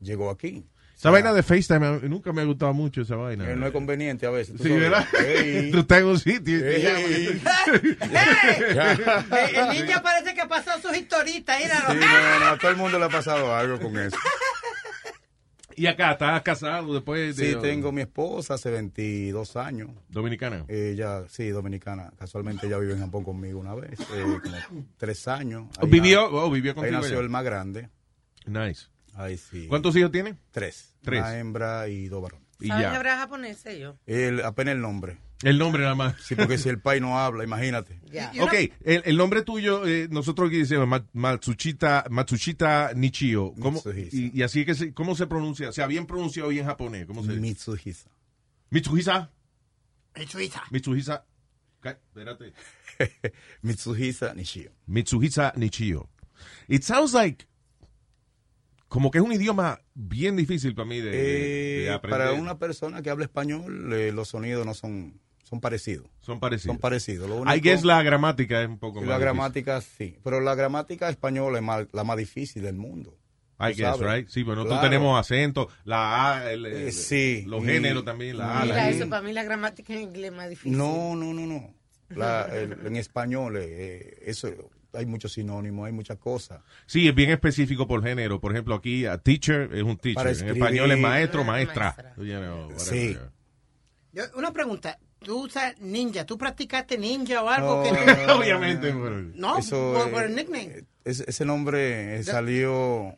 [SPEAKER 20] llegó aquí.
[SPEAKER 6] Esa vaina de FaceTime a mí nunca me ha gustado mucho esa vaina.
[SPEAKER 20] Eh, No es conveniente a veces. tú
[SPEAKER 6] Sí,
[SPEAKER 20] sabes.
[SPEAKER 6] ¿verdad?
[SPEAKER 20] Ey.
[SPEAKER 6] [LAUGHS] Tú estás en un sitio y te
[SPEAKER 20] [LAUGHS]
[SPEAKER 6] llaman.
[SPEAKER 20] Ey. [LAUGHS]
[SPEAKER 12] El, el niño parece que pasó sus historitas, míralo. ¡Ah!
[SPEAKER 20] Sí, no, no, a todo el mundo le ha pasado algo con eso.
[SPEAKER 6] [LAUGHS] Y acá, estás casado después de...
[SPEAKER 20] Sí, tengo mi esposa hace 22 años.
[SPEAKER 6] ¿Dominicana?
[SPEAKER 20] Ella, sí, dominicana. Casualmente ella vivió en Japón conmigo una vez, eh, como tres años.
[SPEAKER 6] Oh,
[SPEAKER 20] Ahí
[SPEAKER 6] vivió-
[SPEAKER 20] na-
[SPEAKER 6] oh, vivió contigo
[SPEAKER 20] Ahí nació
[SPEAKER 6] ella.
[SPEAKER 20] el más grande.
[SPEAKER 6] Nice.
[SPEAKER 20] Ahí sí.
[SPEAKER 6] ¿Cuántos hijos tiene?
[SPEAKER 20] Tres.
[SPEAKER 6] Tres.
[SPEAKER 20] Una hembra y dos varones.
[SPEAKER 8] ¿Saben hablar japonés sé yo?
[SPEAKER 20] El, apenas el nombre.
[SPEAKER 6] El nombre nada más.
[SPEAKER 20] Sí, porque si el país no habla,
[SPEAKER 6] [LAUGHS]
[SPEAKER 20] imagínate.
[SPEAKER 8] Ya.
[SPEAKER 6] Ok, el, el nombre tuyo, eh, nosotros aquí decimos Ma- Matsushita, Matsushita Nichio. ¿Cómo, y, y así que, se- ¿cómo se pronuncia? O sea, bien pronunciado y en japonés. ¿Cómo se dice?
[SPEAKER 20] Mitsuhisa.
[SPEAKER 6] Mitsuhisa.
[SPEAKER 12] El suiza.
[SPEAKER 6] Mitsuhisa. Ca- Espérate.
[SPEAKER 20] [LAUGHS] Mitsuhisa Nishio.
[SPEAKER 6] Mitsuhisa Nichio. It sounds like. Como que es un idioma bien difícil para mí de, de- de
[SPEAKER 20] Eh,
[SPEAKER 6] aprender.
[SPEAKER 20] para una persona que habla español, eh, los sonidos no son, son parecidos.
[SPEAKER 6] Son parecidos.
[SPEAKER 20] Son parecidos. Lo
[SPEAKER 6] I
[SPEAKER 20] único-
[SPEAKER 6] guess la gramática es un poco más.
[SPEAKER 20] la
[SPEAKER 6] difícil.
[SPEAKER 20] gramática sí, pero la gramática española es más- la más difícil del mundo.
[SPEAKER 6] I
[SPEAKER 20] tú
[SPEAKER 6] guess,
[SPEAKER 20] sabes.
[SPEAKER 6] right? Sí, pero nosotros
[SPEAKER 20] Claro.
[SPEAKER 6] tenemos acento, la A, el- el-
[SPEAKER 20] Eh, sí.
[SPEAKER 6] los
[SPEAKER 20] Y-
[SPEAKER 6] géneros también, la A, la
[SPEAKER 8] Mira,
[SPEAKER 6] I.
[SPEAKER 8] eso para mí la gramática en inglés es más difícil. Oh,
[SPEAKER 20] No, no, no, no. La- el- en español eh, eso hay muchos sinónimos, hay muchas cosas.
[SPEAKER 6] Sí, es bien específico por género. Por ejemplo, aquí a teacher es un teacher.
[SPEAKER 20] Para
[SPEAKER 6] En
[SPEAKER 20] escribir-
[SPEAKER 6] español es maestro,
[SPEAKER 12] Ah,
[SPEAKER 6] maestra.
[SPEAKER 12] maestra.
[SPEAKER 6] You know, whatever.
[SPEAKER 20] Sí.
[SPEAKER 12] Yo- una pregunta. Tú usas ninja. ¿Tú practicaste ninja o algo? que
[SPEAKER 20] No,
[SPEAKER 6] Ah, [LAUGHS] Obviamente,
[SPEAKER 12] No,
[SPEAKER 20] Eso,
[SPEAKER 12] por,
[SPEAKER 20] eh,
[SPEAKER 12] por el nickname.
[SPEAKER 20] Ese, ese nombre eh, salió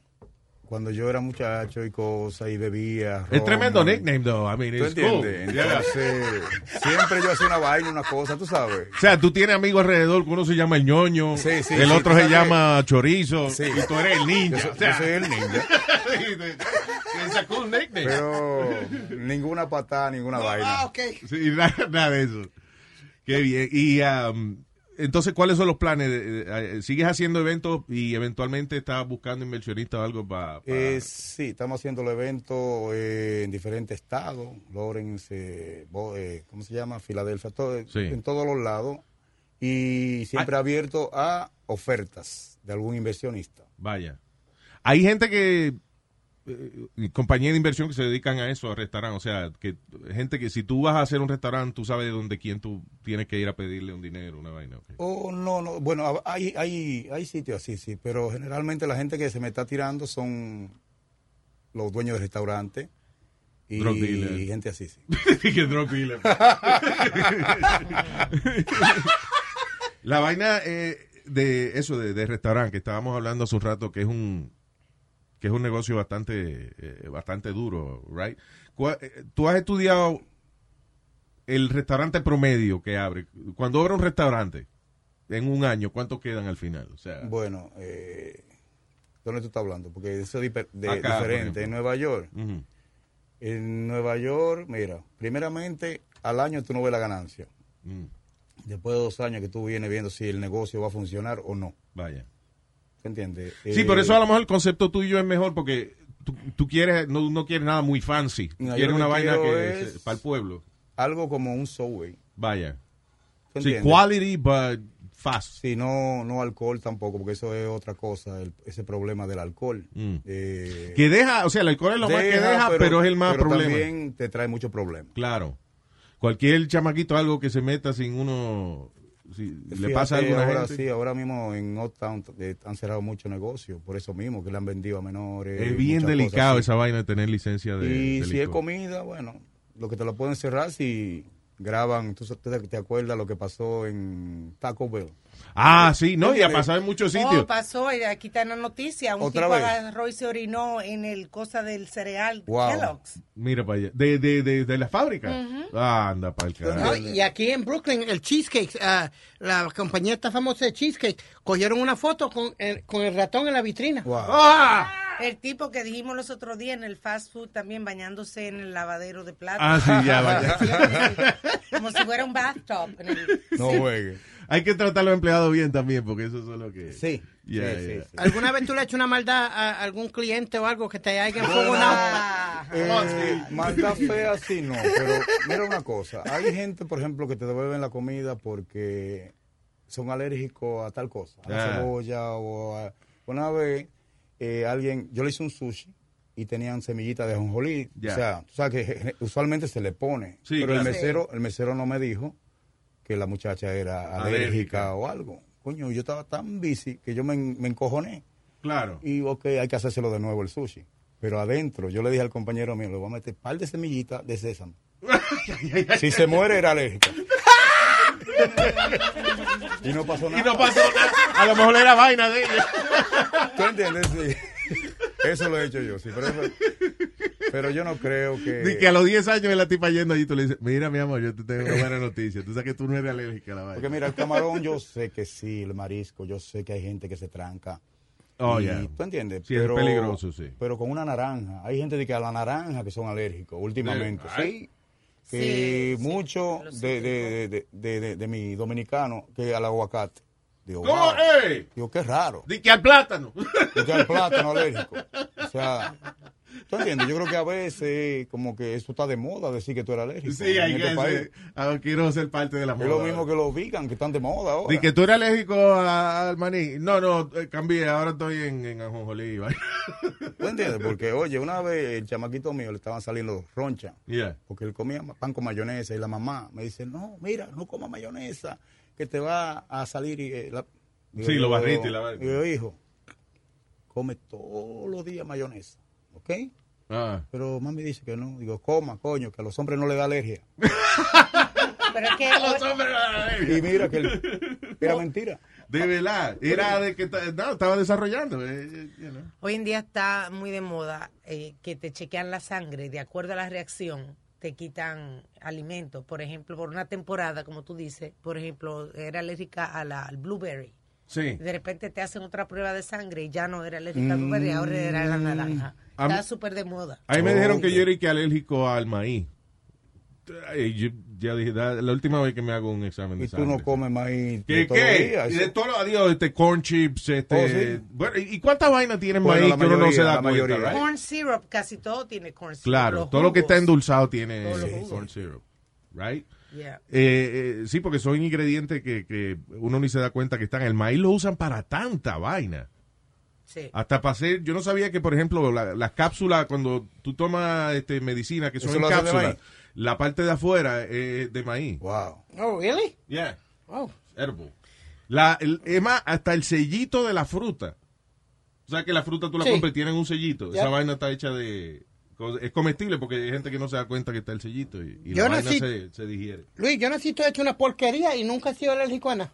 [SPEAKER 20] cuando yo era muchacho y cosas y bebía.
[SPEAKER 6] Es
[SPEAKER 20] ron.
[SPEAKER 6] tremendo nickname, though. I mean,
[SPEAKER 20] ¿Tú
[SPEAKER 6] it's cool.
[SPEAKER 20] entiendes?
[SPEAKER 6] Yeah.
[SPEAKER 20] Entonces, siempre yo hacía una vaina, una cosa, tú sabes.
[SPEAKER 6] O sea, tú tienes amigos alrededor que uno se llama el ñoño,
[SPEAKER 20] sí,
[SPEAKER 6] el
[SPEAKER 20] sí,
[SPEAKER 6] otro
[SPEAKER 20] tú
[SPEAKER 6] se
[SPEAKER 20] sabes.
[SPEAKER 6] llama chorizo,
[SPEAKER 20] Sí.
[SPEAKER 6] y tú eres el ninja.
[SPEAKER 20] Yo soy-
[SPEAKER 6] O sea,
[SPEAKER 20] yo soy el
[SPEAKER 6] [LAUGHS]
[SPEAKER 20] ninja.
[SPEAKER 6] it's a cool nickname.
[SPEAKER 20] Pero ninguna patada, ninguna vaina.
[SPEAKER 12] Ah, ok.
[SPEAKER 6] [LAUGHS] Sí, nada, nada de eso. Qué bien. Y um, entonces, ¿cuáles son los planes? Eh, eh, ¿Sigues haciendo eventos y eventualmente estás buscando inversionistas o algo para...?
[SPEAKER 20] Eh, sí, estamos haciendo el evento eh, en diferentes estados, Lawrence, eh, Bo- eh, ¿cómo se llama? Filadelfia, todo- eh, en todos los lados. Y
[SPEAKER 6] Ah.
[SPEAKER 20] siempre abierto a ofertas de algún inversionista.
[SPEAKER 6] Vaya. Hay gente que. eh, compañías de inversión que se dedican a eso, a restaurantes. O sea, que gente que si tú vas a hacer un restaurante, tú sabes de dónde quién tú tienes que ir a pedirle un dinero, una vaina. ok.
[SPEAKER 20] Oh, no, no, bueno, hay, hay, hay sitios así, sí, pero generalmente la gente que se me está tirando son los dueños de restaurantes y,
[SPEAKER 6] Drug dealer.
[SPEAKER 20] y gente así, sí.
[SPEAKER 6] [LAUGHS] Que drug dealer. La vaina eh, de eso, de, de restaurante, que estábamos hablando hace un rato, que es un que es un negocio bastante eh, bastante duro, right? Cua- eh, Tú has estudiado el restaurante promedio que abre. Cuando abre un restaurante en un año, ¿cuántos quedan al final? O sea,
[SPEAKER 20] Bueno, eh, ¿dónde tú estás hablando? Porque eso es difer- de-
[SPEAKER 6] Acá, por
[SPEAKER 20] diferente.
[SPEAKER 6] ejemplo.
[SPEAKER 20] En Nueva York,
[SPEAKER 6] Ujú.
[SPEAKER 20] En Nueva York, mira, primeramente al año tú no ves la ganancia.
[SPEAKER 6] Mm.
[SPEAKER 20] Después de dos años que tú vienes viendo si el negocio va a funcionar o no.
[SPEAKER 6] Vaya.
[SPEAKER 20] ¿Se entiende?
[SPEAKER 6] Sí,
[SPEAKER 20] Eh,
[SPEAKER 6] por eso a lo mejor el concepto tuyo es mejor porque tú, tú quieres, no, no quieres nada muy fancy.
[SPEAKER 20] No, yo
[SPEAKER 6] quieres
[SPEAKER 20] lo que
[SPEAKER 6] una vaina
[SPEAKER 20] quiero
[SPEAKER 6] que
[SPEAKER 20] es-
[SPEAKER 6] para el pueblo.
[SPEAKER 20] Algo como un subway.
[SPEAKER 6] Vaya.
[SPEAKER 20] ¿Tú
[SPEAKER 6] Sí,
[SPEAKER 20] entiendes?
[SPEAKER 6] quality, but fast.
[SPEAKER 20] Sí, no, no alcohol tampoco, porque eso es otra cosa, el- ese problema del alcohol.
[SPEAKER 6] Mm.
[SPEAKER 20] Eh,
[SPEAKER 6] Que deja, o sea, el alcohol es lo más que deja, pero, es el más
[SPEAKER 20] pero
[SPEAKER 6] problema.
[SPEAKER 20] también te trae mucho problema.
[SPEAKER 6] Claro. Cualquier chamaquito, algo que se meta sin uno. Si le
[SPEAKER 20] Fíjate,
[SPEAKER 6] pasa algo a alguna
[SPEAKER 20] ahora
[SPEAKER 6] gente.
[SPEAKER 20] Sí, ahora mismo en Uptown eh, han cerrado muchos negocios, por eso mismo, que le han vendido a menores.
[SPEAKER 6] es bien
[SPEAKER 20] muchas
[SPEAKER 6] delicado
[SPEAKER 20] cosas
[SPEAKER 6] esa vaina de tener licencia
[SPEAKER 20] así.
[SPEAKER 6] de.
[SPEAKER 20] Y
[SPEAKER 6] de
[SPEAKER 20] si
[SPEAKER 6] licor.
[SPEAKER 20] es comida, bueno, lo que te lo pueden cerrar si graban, tú sa- te, te acuerdas lo que pasó en Taco Bell.
[SPEAKER 6] Ah, sí, no, y ha
[SPEAKER 20] ¿Entiendes?
[SPEAKER 6] pasado en muchos
[SPEAKER 8] Oh,
[SPEAKER 6] sitios.
[SPEAKER 8] pasó, eh, aquí está la noticia. Un
[SPEAKER 20] ¿Otra
[SPEAKER 8] tipo
[SPEAKER 20] vez?
[SPEAKER 8] agarró y se orinó en el cosa del cereal
[SPEAKER 6] Wow.
[SPEAKER 8] Kellogg's.
[SPEAKER 6] Mira para allá. De, de, de, de la fábrica. Ah, anda para el
[SPEAKER 12] No,
[SPEAKER 6] carajo.
[SPEAKER 12] y aquí en Brooklyn, el Cheesecake, ah, la compañía esta famosa de Cheesecake, cogieron una foto con el, con el ratón en la vitrina. ¡Ah!
[SPEAKER 8] El tipo que dijimos los otros días en el fast food también bañándose en el lavadero de plata.
[SPEAKER 6] Ah, sí, ya,
[SPEAKER 8] [LAUGHS]
[SPEAKER 6] vaya.
[SPEAKER 8] Como si fuera un bathtub. en el-
[SPEAKER 6] No juegue. Hay que tratar a los empleados bien también, porque eso es lo que. Sí.
[SPEAKER 20] sí, sí, sí.
[SPEAKER 12] ¿Alguna vez tú le has hecho una maldad a algún cliente o algo que te haya Oh, enfogonado? [LAUGHS]
[SPEAKER 20] Eh, maldad fea sí no, pero mira
[SPEAKER 6] [LAUGHS]
[SPEAKER 20] una cosa, hay gente, por ejemplo, que te devuelven la comida porque son alérgicos a tal cosa, a la
[SPEAKER 6] Ah.
[SPEAKER 20] cebolla o a... Una vez eh, alguien, yo le hice un sushi y tenían semillitas de ajonjolí,
[SPEAKER 6] Ya.
[SPEAKER 20] o sea, tú sabes que [LAUGHS] gen- usualmente se le pone,
[SPEAKER 6] Sí,
[SPEAKER 20] pero
[SPEAKER 6] claro.
[SPEAKER 20] el mesero, el mesero no me dijo que la muchacha era alérgica,
[SPEAKER 6] Alérgica.
[SPEAKER 20] o algo. Coño, yo estaba tan bici que yo me, en- me encojoné.
[SPEAKER 6] Claro.
[SPEAKER 20] Y ok, hay que hacérselo de nuevo el sushi. Pero adentro, yo le dije al compañero mío, le voy a meter un par de semillitas
[SPEAKER 6] [LAUGHS]
[SPEAKER 20] de sésamo. si se muere, era alérgica. y no pasó nada.
[SPEAKER 6] Y no pasó nada. A lo mejor era vaina de ella.
[SPEAKER 20] ¿Tú entiendes? Sí. Eso lo he hecho yo, sí. Pero, eso- pero yo no creo que...
[SPEAKER 6] Ni que a los 10 años de la tipa yendo allí, tú le dices, mira, mi amor, yo te tengo una buena noticia. Tú sabes que tú no eres alérgica a la vaina.
[SPEAKER 20] Porque mira, el camarón yo sé que sí, el marisco, yo sé que hay gente que se tranca.
[SPEAKER 6] Oh,
[SPEAKER 20] Y,
[SPEAKER 6] yeah.
[SPEAKER 20] ¿Tú entiendes?
[SPEAKER 6] Sí, es peligroso, sí.
[SPEAKER 20] Pero con una naranja. Hay gente de que a la naranja que son alérgicos últimamente.
[SPEAKER 6] Ay.
[SPEAKER 20] Sí. Que mucho de, de, de, de, de- de mi dominicano que al aguacate. Digo,
[SPEAKER 6] ¿Cómo?
[SPEAKER 20] wow.
[SPEAKER 6] ¡Ey!
[SPEAKER 20] Digo, qué raro.
[SPEAKER 6] Ni que al plátano.
[SPEAKER 20] Digo, que al plátano alérgico. O sea, ¿tú entiendes? Yo creo que a veces como que eso está de moda decir que tú eres
[SPEAKER 6] [LAUGHS]
[SPEAKER 20] alérgico.
[SPEAKER 6] Sí, hay
[SPEAKER 20] en
[SPEAKER 6] que
[SPEAKER 20] este país.
[SPEAKER 6] ser- ah, quiero ser parte de la
[SPEAKER 20] Es lo
[SPEAKER 6] moda.
[SPEAKER 20] mismo que los vegan, que están de moda ahora.
[SPEAKER 6] Ni que tú eres alérgico a- al maní. No, no, eh, cambié, ahora estoy en, en ajonjolí. [LAUGHS] vaina.
[SPEAKER 20] ¿Tú entiendes? Porque, oye, una vez el chamaquito mío le estaban saliendo ronchas.
[SPEAKER 6] Yeah.
[SPEAKER 20] Porque él comía ma- pan con mayonesa y la mamá me dice, no, mira, no coma mayonesa, que te va a salir... eh, la...
[SPEAKER 6] Sí, lo
[SPEAKER 20] yo-
[SPEAKER 6] barrite y la vaina.
[SPEAKER 20] Yo, hijo, come todos los días mayonesa, ¿ok?
[SPEAKER 6] Ah.
[SPEAKER 20] Pero mami dice que no. Digo, coma, coño, que a los hombres no le da alergia.
[SPEAKER 8] Pero
[SPEAKER 6] [LAUGHS]
[SPEAKER 8] es que
[SPEAKER 20] Y mira que el- era mentira. Ah.
[SPEAKER 6] De verdad, era de que ta- no, estaba desarrollando. eh, eh, you know.
[SPEAKER 8] Hoy en día está muy de moda eh, que te chequean la sangre y de acuerdo a la reacción te quitan alimentos. Por ejemplo, por una temporada, como tú dices, por ejemplo, era alérgica a la, al blueberry.
[SPEAKER 6] Sí.
[SPEAKER 8] De repente te hacen otra prueba de sangre y ya no era alérgica al
[SPEAKER 6] Mm.
[SPEAKER 8] blueberry, ahora era la naranja.
[SPEAKER 6] A mí-
[SPEAKER 8] Está súper de moda.
[SPEAKER 6] A
[SPEAKER 20] Oh,
[SPEAKER 6] mí me dijeron que yo era y que alérgico al maíz. Ay, yo ya dije, da- la última vez que me hago un examen de
[SPEAKER 20] Y tú
[SPEAKER 6] sangre.
[SPEAKER 20] no comes maíz.
[SPEAKER 6] ¿Qué?
[SPEAKER 20] de todos los
[SPEAKER 6] qué?
[SPEAKER 20] días.
[SPEAKER 6] Y de todos los adiós, este corn chips, este.
[SPEAKER 20] Oh, sí.
[SPEAKER 6] bueno, ¿Y cuántas vainas tienen
[SPEAKER 20] Bueno,
[SPEAKER 6] maíz
[SPEAKER 20] la
[SPEAKER 6] que uno Pues no
[SPEAKER 20] mayoría,
[SPEAKER 6] se da
[SPEAKER 20] la
[SPEAKER 6] cuenta?
[SPEAKER 20] mayoría.
[SPEAKER 6] right?
[SPEAKER 8] Corn syrup, casi todo tiene corn syrup.
[SPEAKER 6] Claro,
[SPEAKER 8] Los
[SPEAKER 6] todo lo que está
[SPEAKER 8] jugos.
[SPEAKER 6] endulzado tiene
[SPEAKER 8] Todos los
[SPEAKER 6] eh,
[SPEAKER 8] jugos.
[SPEAKER 6] corn syrup, right?
[SPEAKER 8] Yeah.
[SPEAKER 6] Eh, eh, sí, porque son ingredientes que, que uno ni se da cuenta que están. El maíz lo usan para tanta vaina.
[SPEAKER 8] Sí.
[SPEAKER 6] Hasta para hacer, yo no sabía que, por ejemplo, la- las cápsulas, cuando tú tomas este, medicina, que son
[SPEAKER 20] Eso
[SPEAKER 6] en
[SPEAKER 20] lo hacen de
[SPEAKER 6] cápsulas,
[SPEAKER 20] maíz.
[SPEAKER 6] la parte de afuera es de maíz.
[SPEAKER 20] Wow.
[SPEAKER 12] Oh, really?
[SPEAKER 6] Yeah,
[SPEAKER 12] Wow.
[SPEAKER 6] edible. La, el- es más, hasta el sellito de la fruta. O sea, que la fruta tú la
[SPEAKER 12] Sí.
[SPEAKER 6] compras y tienen un sellito.
[SPEAKER 12] Ya.
[SPEAKER 6] Esa vaina está hecha de... Es comestible porque hay gente que no se da cuenta que está el sellito y, y
[SPEAKER 12] Yo
[SPEAKER 6] la vaina
[SPEAKER 12] nací-
[SPEAKER 6] se, se digiere.
[SPEAKER 12] Luis, yo nací todo hecho una porquería y nunca he sido alérgico a nada.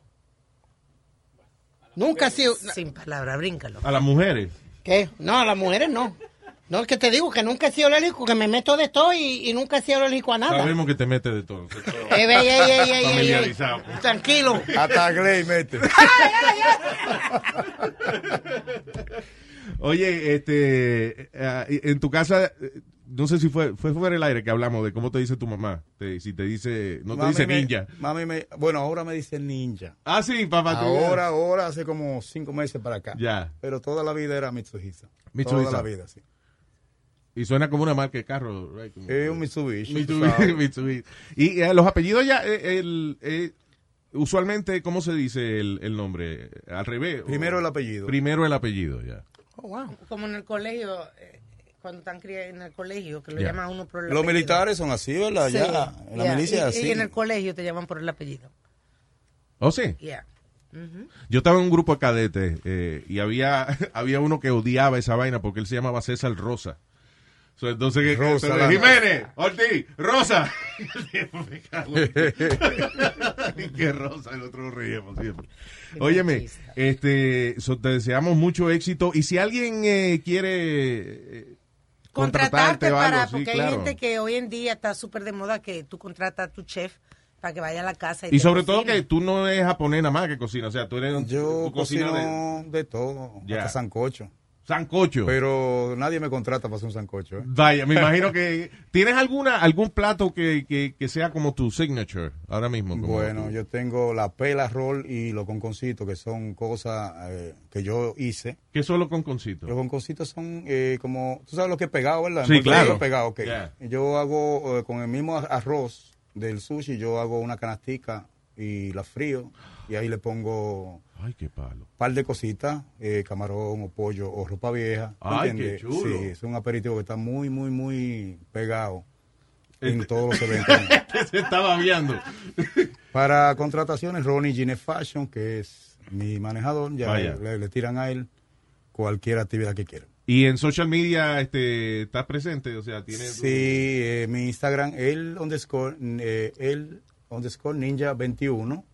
[SPEAKER 12] Nunca he sido...
[SPEAKER 8] Sin palabra, bríncalo.
[SPEAKER 6] A las mujeres.
[SPEAKER 12] ¿Qué? No, a las mujeres no. No, es que te digo que nunca he sido alérgico, que me meto de todo y, y nunca he sido alérgico a nada.
[SPEAKER 6] Sabemos que te metes de todo. De todo.
[SPEAKER 12] [LAUGHS] Ey, ey, ey, ey, ey, ey, ey.
[SPEAKER 6] Familiarizado.
[SPEAKER 12] Tranquilo.
[SPEAKER 20] Hasta
[SPEAKER 12] [LAUGHS]
[SPEAKER 20] Gley mete.
[SPEAKER 6] Oye, este, eh, en tu casa, eh, no sé si fue, fue fuera del aire que hablamos de cómo te dice tu mamá. Te- si te dice, no te
[SPEAKER 20] Mami
[SPEAKER 6] dice
[SPEAKER 20] me-
[SPEAKER 6] ninja.
[SPEAKER 20] Mami me, bueno, ahora me dice ninja.
[SPEAKER 6] Ah, sí, papá. tú-
[SPEAKER 20] Ahora, ahora, hace como cinco meses para acá.
[SPEAKER 6] Ya.
[SPEAKER 20] Pero toda la vida era Mitsuhisa.
[SPEAKER 6] Mitsubishi.
[SPEAKER 20] Toda la vida, sí.
[SPEAKER 6] Y suena como una marca de carro, right? Como-
[SPEAKER 20] Es un Mitsubishi.
[SPEAKER 6] Mitsubishi,
[SPEAKER 20] tú
[SPEAKER 6] [LAUGHS]
[SPEAKER 20] sabes.
[SPEAKER 6] Mitsubishi. Y eh, los apellidos ya, eh, el, eh, usualmente, ¿cómo se dice el, el nombre? Al revés.
[SPEAKER 20] Primero
[SPEAKER 6] o-
[SPEAKER 20] el apellido.
[SPEAKER 6] Primero el apellido, ya.
[SPEAKER 8] Oh, wow. Como en el colegio, eh, cuando están cría- en el colegio, que lo
[SPEAKER 6] Ya.
[SPEAKER 8] llaman a uno por el
[SPEAKER 20] Los
[SPEAKER 8] apellido.
[SPEAKER 20] militares son así, ¿verdad?
[SPEAKER 8] Sí,
[SPEAKER 20] Ya, Ah, en la
[SPEAKER 8] yeah.
[SPEAKER 20] milicia
[SPEAKER 8] Y-
[SPEAKER 20] es
[SPEAKER 8] y,
[SPEAKER 20] así.
[SPEAKER 8] en el colegio te llaman por el apellido.
[SPEAKER 6] ¿Oh, sí?
[SPEAKER 8] Yeah. Ujú.
[SPEAKER 6] Yo estaba en un grupo de cadetes eh, y había, [LAUGHS] había uno que odiaba esa vaina porque él se llamaba César Rosa. So, entonces, ¿qué- qué-
[SPEAKER 18] Rosa,
[SPEAKER 6] entonces,
[SPEAKER 18] la-
[SPEAKER 6] Jiménez, Ortiz, Rosa. [LAUGHS] Me cago
[SPEAKER 20] [LAUGHS]
[SPEAKER 6] en- [LAUGHS] Y qué Rosa, el otro reíamos siempre. Óyeme, este, so, te deseamos mucho éxito y si alguien eh, quiere eh, contratarte
[SPEAKER 8] Contratarte
[SPEAKER 6] o
[SPEAKER 8] para,
[SPEAKER 6] algo, sí,
[SPEAKER 8] porque hay
[SPEAKER 6] claro.
[SPEAKER 8] gente que hoy en día está súper de moda que tú contratas a tu chef para que vaya a la casa. Y,
[SPEAKER 6] Y
[SPEAKER 8] te
[SPEAKER 6] sobre
[SPEAKER 8] cocine.
[SPEAKER 6] todo que tú no eres japonés nada más que cocina, o sea, tú eres
[SPEAKER 20] Yo
[SPEAKER 6] tú cocinas
[SPEAKER 20] cocino
[SPEAKER 6] de-
[SPEAKER 20] de... todo,
[SPEAKER 6] Ya.
[SPEAKER 20] hasta sancocho.
[SPEAKER 6] Sancocho.
[SPEAKER 20] Pero nadie me contrata para hacer un sancocho. ¿eh?
[SPEAKER 6] Vaya, me imagino que tienes alguna algún plato que, que, que sea como tu signature ahora mismo. como
[SPEAKER 20] [LAUGHS] Bueno,
[SPEAKER 6] tu-
[SPEAKER 20] yo tengo la pela roll y los conconcitos, que son cosas eh, que yo hice.
[SPEAKER 6] ¿Qué son los conconcitos?
[SPEAKER 20] Los conconcitos son eh, como, tú sabes lo que es pegado, ¿verdad?
[SPEAKER 6] Sí,
[SPEAKER 20] Envoltorio
[SPEAKER 6] claro.
[SPEAKER 20] pegado, ok.
[SPEAKER 6] Yeah.
[SPEAKER 20] Yo hago eh, con el mismo ar- arroz del sushi, yo hago una canastica y la frío y ahí le pongo
[SPEAKER 6] Ay, qué palo.
[SPEAKER 20] par de cositas, eh, camarón o pollo o ropa vieja. ¿tú
[SPEAKER 6] Ay, qué
[SPEAKER 20] entiendes?
[SPEAKER 6] chulo.
[SPEAKER 20] Sí, es un aperitivo que está muy, muy, muy pegado en
[SPEAKER 6] [LAUGHS]
[SPEAKER 20] todos los eventos.
[SPEAKER 6] Este Se estaba viendo.
[SPEAKER 20] [LAUGHS] Para contrataciones, Ronnie Gine Fashion, que es mi manejador, ya
[SPEAKER 6] Vaya.
[SPEAKER 20] le, le tiran a él cualquier actividad que quiera.
[SPEAKER 6] Y en social media este estás presente, o sea, tienes
[SPEAKER 20] Sí, eh, mi Instagram, el underscore, eh, el underscore ninja 21.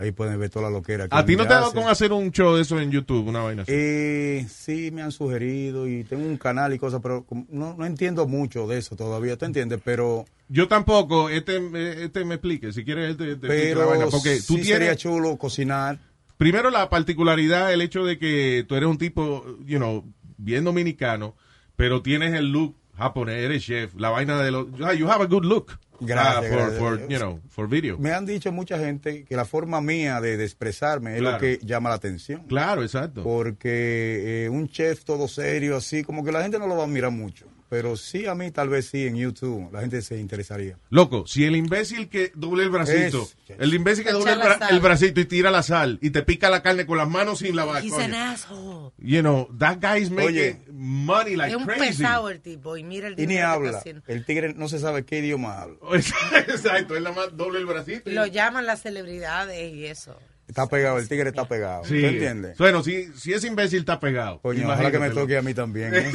[SPEAKER 20] Ahí pueden ver toda la loquera. que
[SPEAKER 6] A ti
[SPEAKER 20] uno
[SPEAKER 6] no te ha
[SPEAKER 20] le
[SPEAKER 6] dado
[SPEAKER 20] hace.
[SPEAKER 6] con hacer un show de eso en YouTube, una vaina así.
[SPEAKER 20] Eh, sí, me han sugerido y tengo un canal y cosas, pero como no, no entiendo mucho de eso todavía, ¿tú entiendes? Pero,
[SPEAKER 6] Yo tampoco, este, eh, este me explique, si quieres él te, te explica la
[SPEAKER 20] pero
[SPEAKER 6] vaina, porque tú
[SPEAKER 20] sí sería
[SPEAKER 6] tienes
[SPEAKER 20] chulo cocinar.
[SPEAKER 6] primero la particularidad el hecho de que tú eres un tipo, you know, bien dominicano, pero tienes el look japonés, eres chef, la vaina de los ah, you have a good look.
[SPEAKER 20] Gracias,
[SPEAKER 6] Ah, for,
[SPEAKER 20] gracias.
[SPEAKER 6] for, you know, for video.
[SPEAKER 20] Me han dicho mucha gente que la forma mía de, de expresarme es
[SPEAKER 6] Claro.
[SPEAKER 20] lo que llama la atención.
[SPEAKER 6] Claro, exacto.
[SPEAKER 20] Porque eh, un chef todo serio, así, como que la gente no lo va a mirar mucho. Pero sí, a mí tal vez sí, en YouTube, la gente se interesaría.
[SPEAKER 6] Loco, si el imbécil que doble el bracito,
[SPEAKER 20] Eso,
[SPEAKER 6] el imbécil que
[SPEAKER 20] Echa
[SPEAKER 6] doble el,
[SPEAKER 20] la
[SPEAKER 6] bra-
[SPEAKER 20] sal.
[SPEAKER 6] el bracito y tira la sal y te pica la carne con las manos sin lavar.
[SPEAKER 8] He's
[SPEAKER 6] coño.
[SPEAKER 8] an asshole.
[SPEAKER 6] You know, that guy is making
[SPEAKER 20] Oye.
[SPEAKER 6] money like
[SPEAKER 8] es un
[SPEAKER 6] crazy.
[SPEAKER 8] pesado el tipo. Y mira el
[SPEAKER 20] Y ni
[SPEAKER 8] dinero que está
[SPEAKER 20] habla.
[SPEAKER 8] haciendo.
[SPEAKER 20] El tigre no se sabe qué idioma habla.
[SPEAKER 6] [LAUGHS] Exacto, es la más doble el bracito. y-
[SPEAKER 8] Lo llaman las celebridades y eso.
[SPEAKER 20] Está pegado, el tigre está pegado.
[SPEAKER 6] Sí.
[SPEAKER 20] ¿Tú entiendes?
[SPEAKER 6] Bueno, si, si ese imbécil está pegado.
[SPEAKER 20] Coño, ojalá
[SPEAKER 6] imagínatelo.
[SPEAKER 20] que me toque a mí también. ¿eh?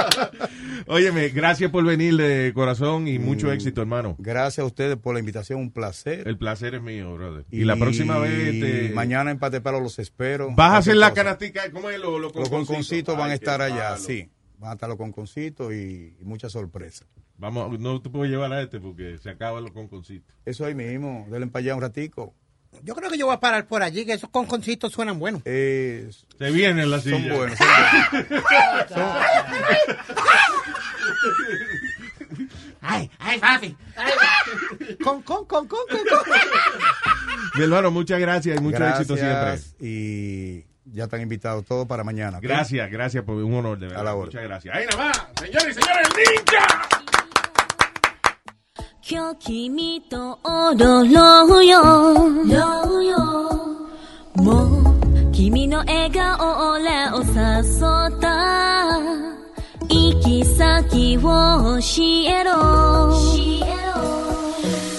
[SPEAKER 6] [LAUGHS] Óyeme, gracias por venir de corazón y
[SPEAKER 20] Mm.
[SPEAKER 6] mucho éxito, hermano.
[SPEAKER 20] Gracias a ustedes por la invitación, un placer.
[SPEAKER 6] El placer es mío, brother. Y, la próxima vez te...
[SPEAKER 20] Mañana en Pateparo los espero.
[SPEAKER 6] vas a hacer la
[SPEAKER 20] Cualquier cosa.
[SPEAKER 6] canastica, ¿cómo es? Lo, lo
[SPEAKER 20] Los
[SPEAKER 6] conconcito?
[SPEAKER 20] conconcitos van
[SPEAKER 6] Ay,
[SPEAKER 20] a estar
[SPEAKER 6] qué
[SPEAKER 20] allá,
[SPEAKER 6] palo.
[SPEAKER 20] sí. Van a estar los conconcitos y, y muchas sorpresas.
[SPEAKER 6] Vamos, no te puedo llevar a este porque se acaban los conconcitos.
[SPEAKER 20] Eso ahí mismo, denle para allá un ratico.
[SPEAKER 12] Yo creo que yo voy a parar por allí, que esos conconcitos suenan buenos.
[SPEAKER 20] Eh,
[SPEAKER 6] Se vienen las
[SPEAKER 20] son
[SPEAKER 6] sillas. [LAUGHS]
[SPEAKER 20] buenos, son buenos.
[SPEAKER 12] [LAUGHS] Ay, ay, papi. Con, con, con, con, con.
[SPEAKER 6] Mi hermano, muchas gracias y mucho éxito siempre.
[SPEAKER 20] Gracias Y ya están invitados todos para mañana. ¿ok?
[SPEAKER 6] Gracias, gracias por un honor, de verdad.
[SPEAKER 20] A la orden.
[SPEAKER 6] muchas gracias. Ahí nada más, señores y señores, ninja.
[SPEAKER 1] 今日君と踊ろうよもう君の笑顔俺を誘った行き先を教えろ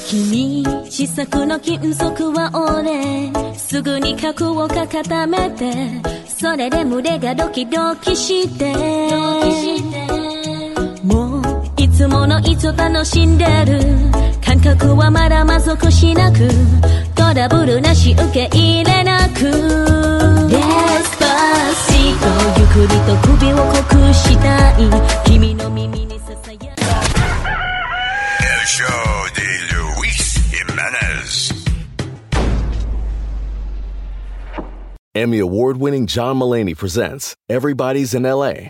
[SPEAKER 1] 君試作の金属は俺すぐに核を固めてそれで群れがドキドキしてもういつものいつを楽しんでる感覚はまだ満足しなくトラブルなし受け入れなく Despacito ゆっくりと首を濃くしたい君の耳に囁く
[SPEAKER 21] El show de Luis Jiménez.
[SPEAKER 22] [LAUGHS]
[SPEAKER 23] Emmy award winning John Mullaney presents Everybody's in LA,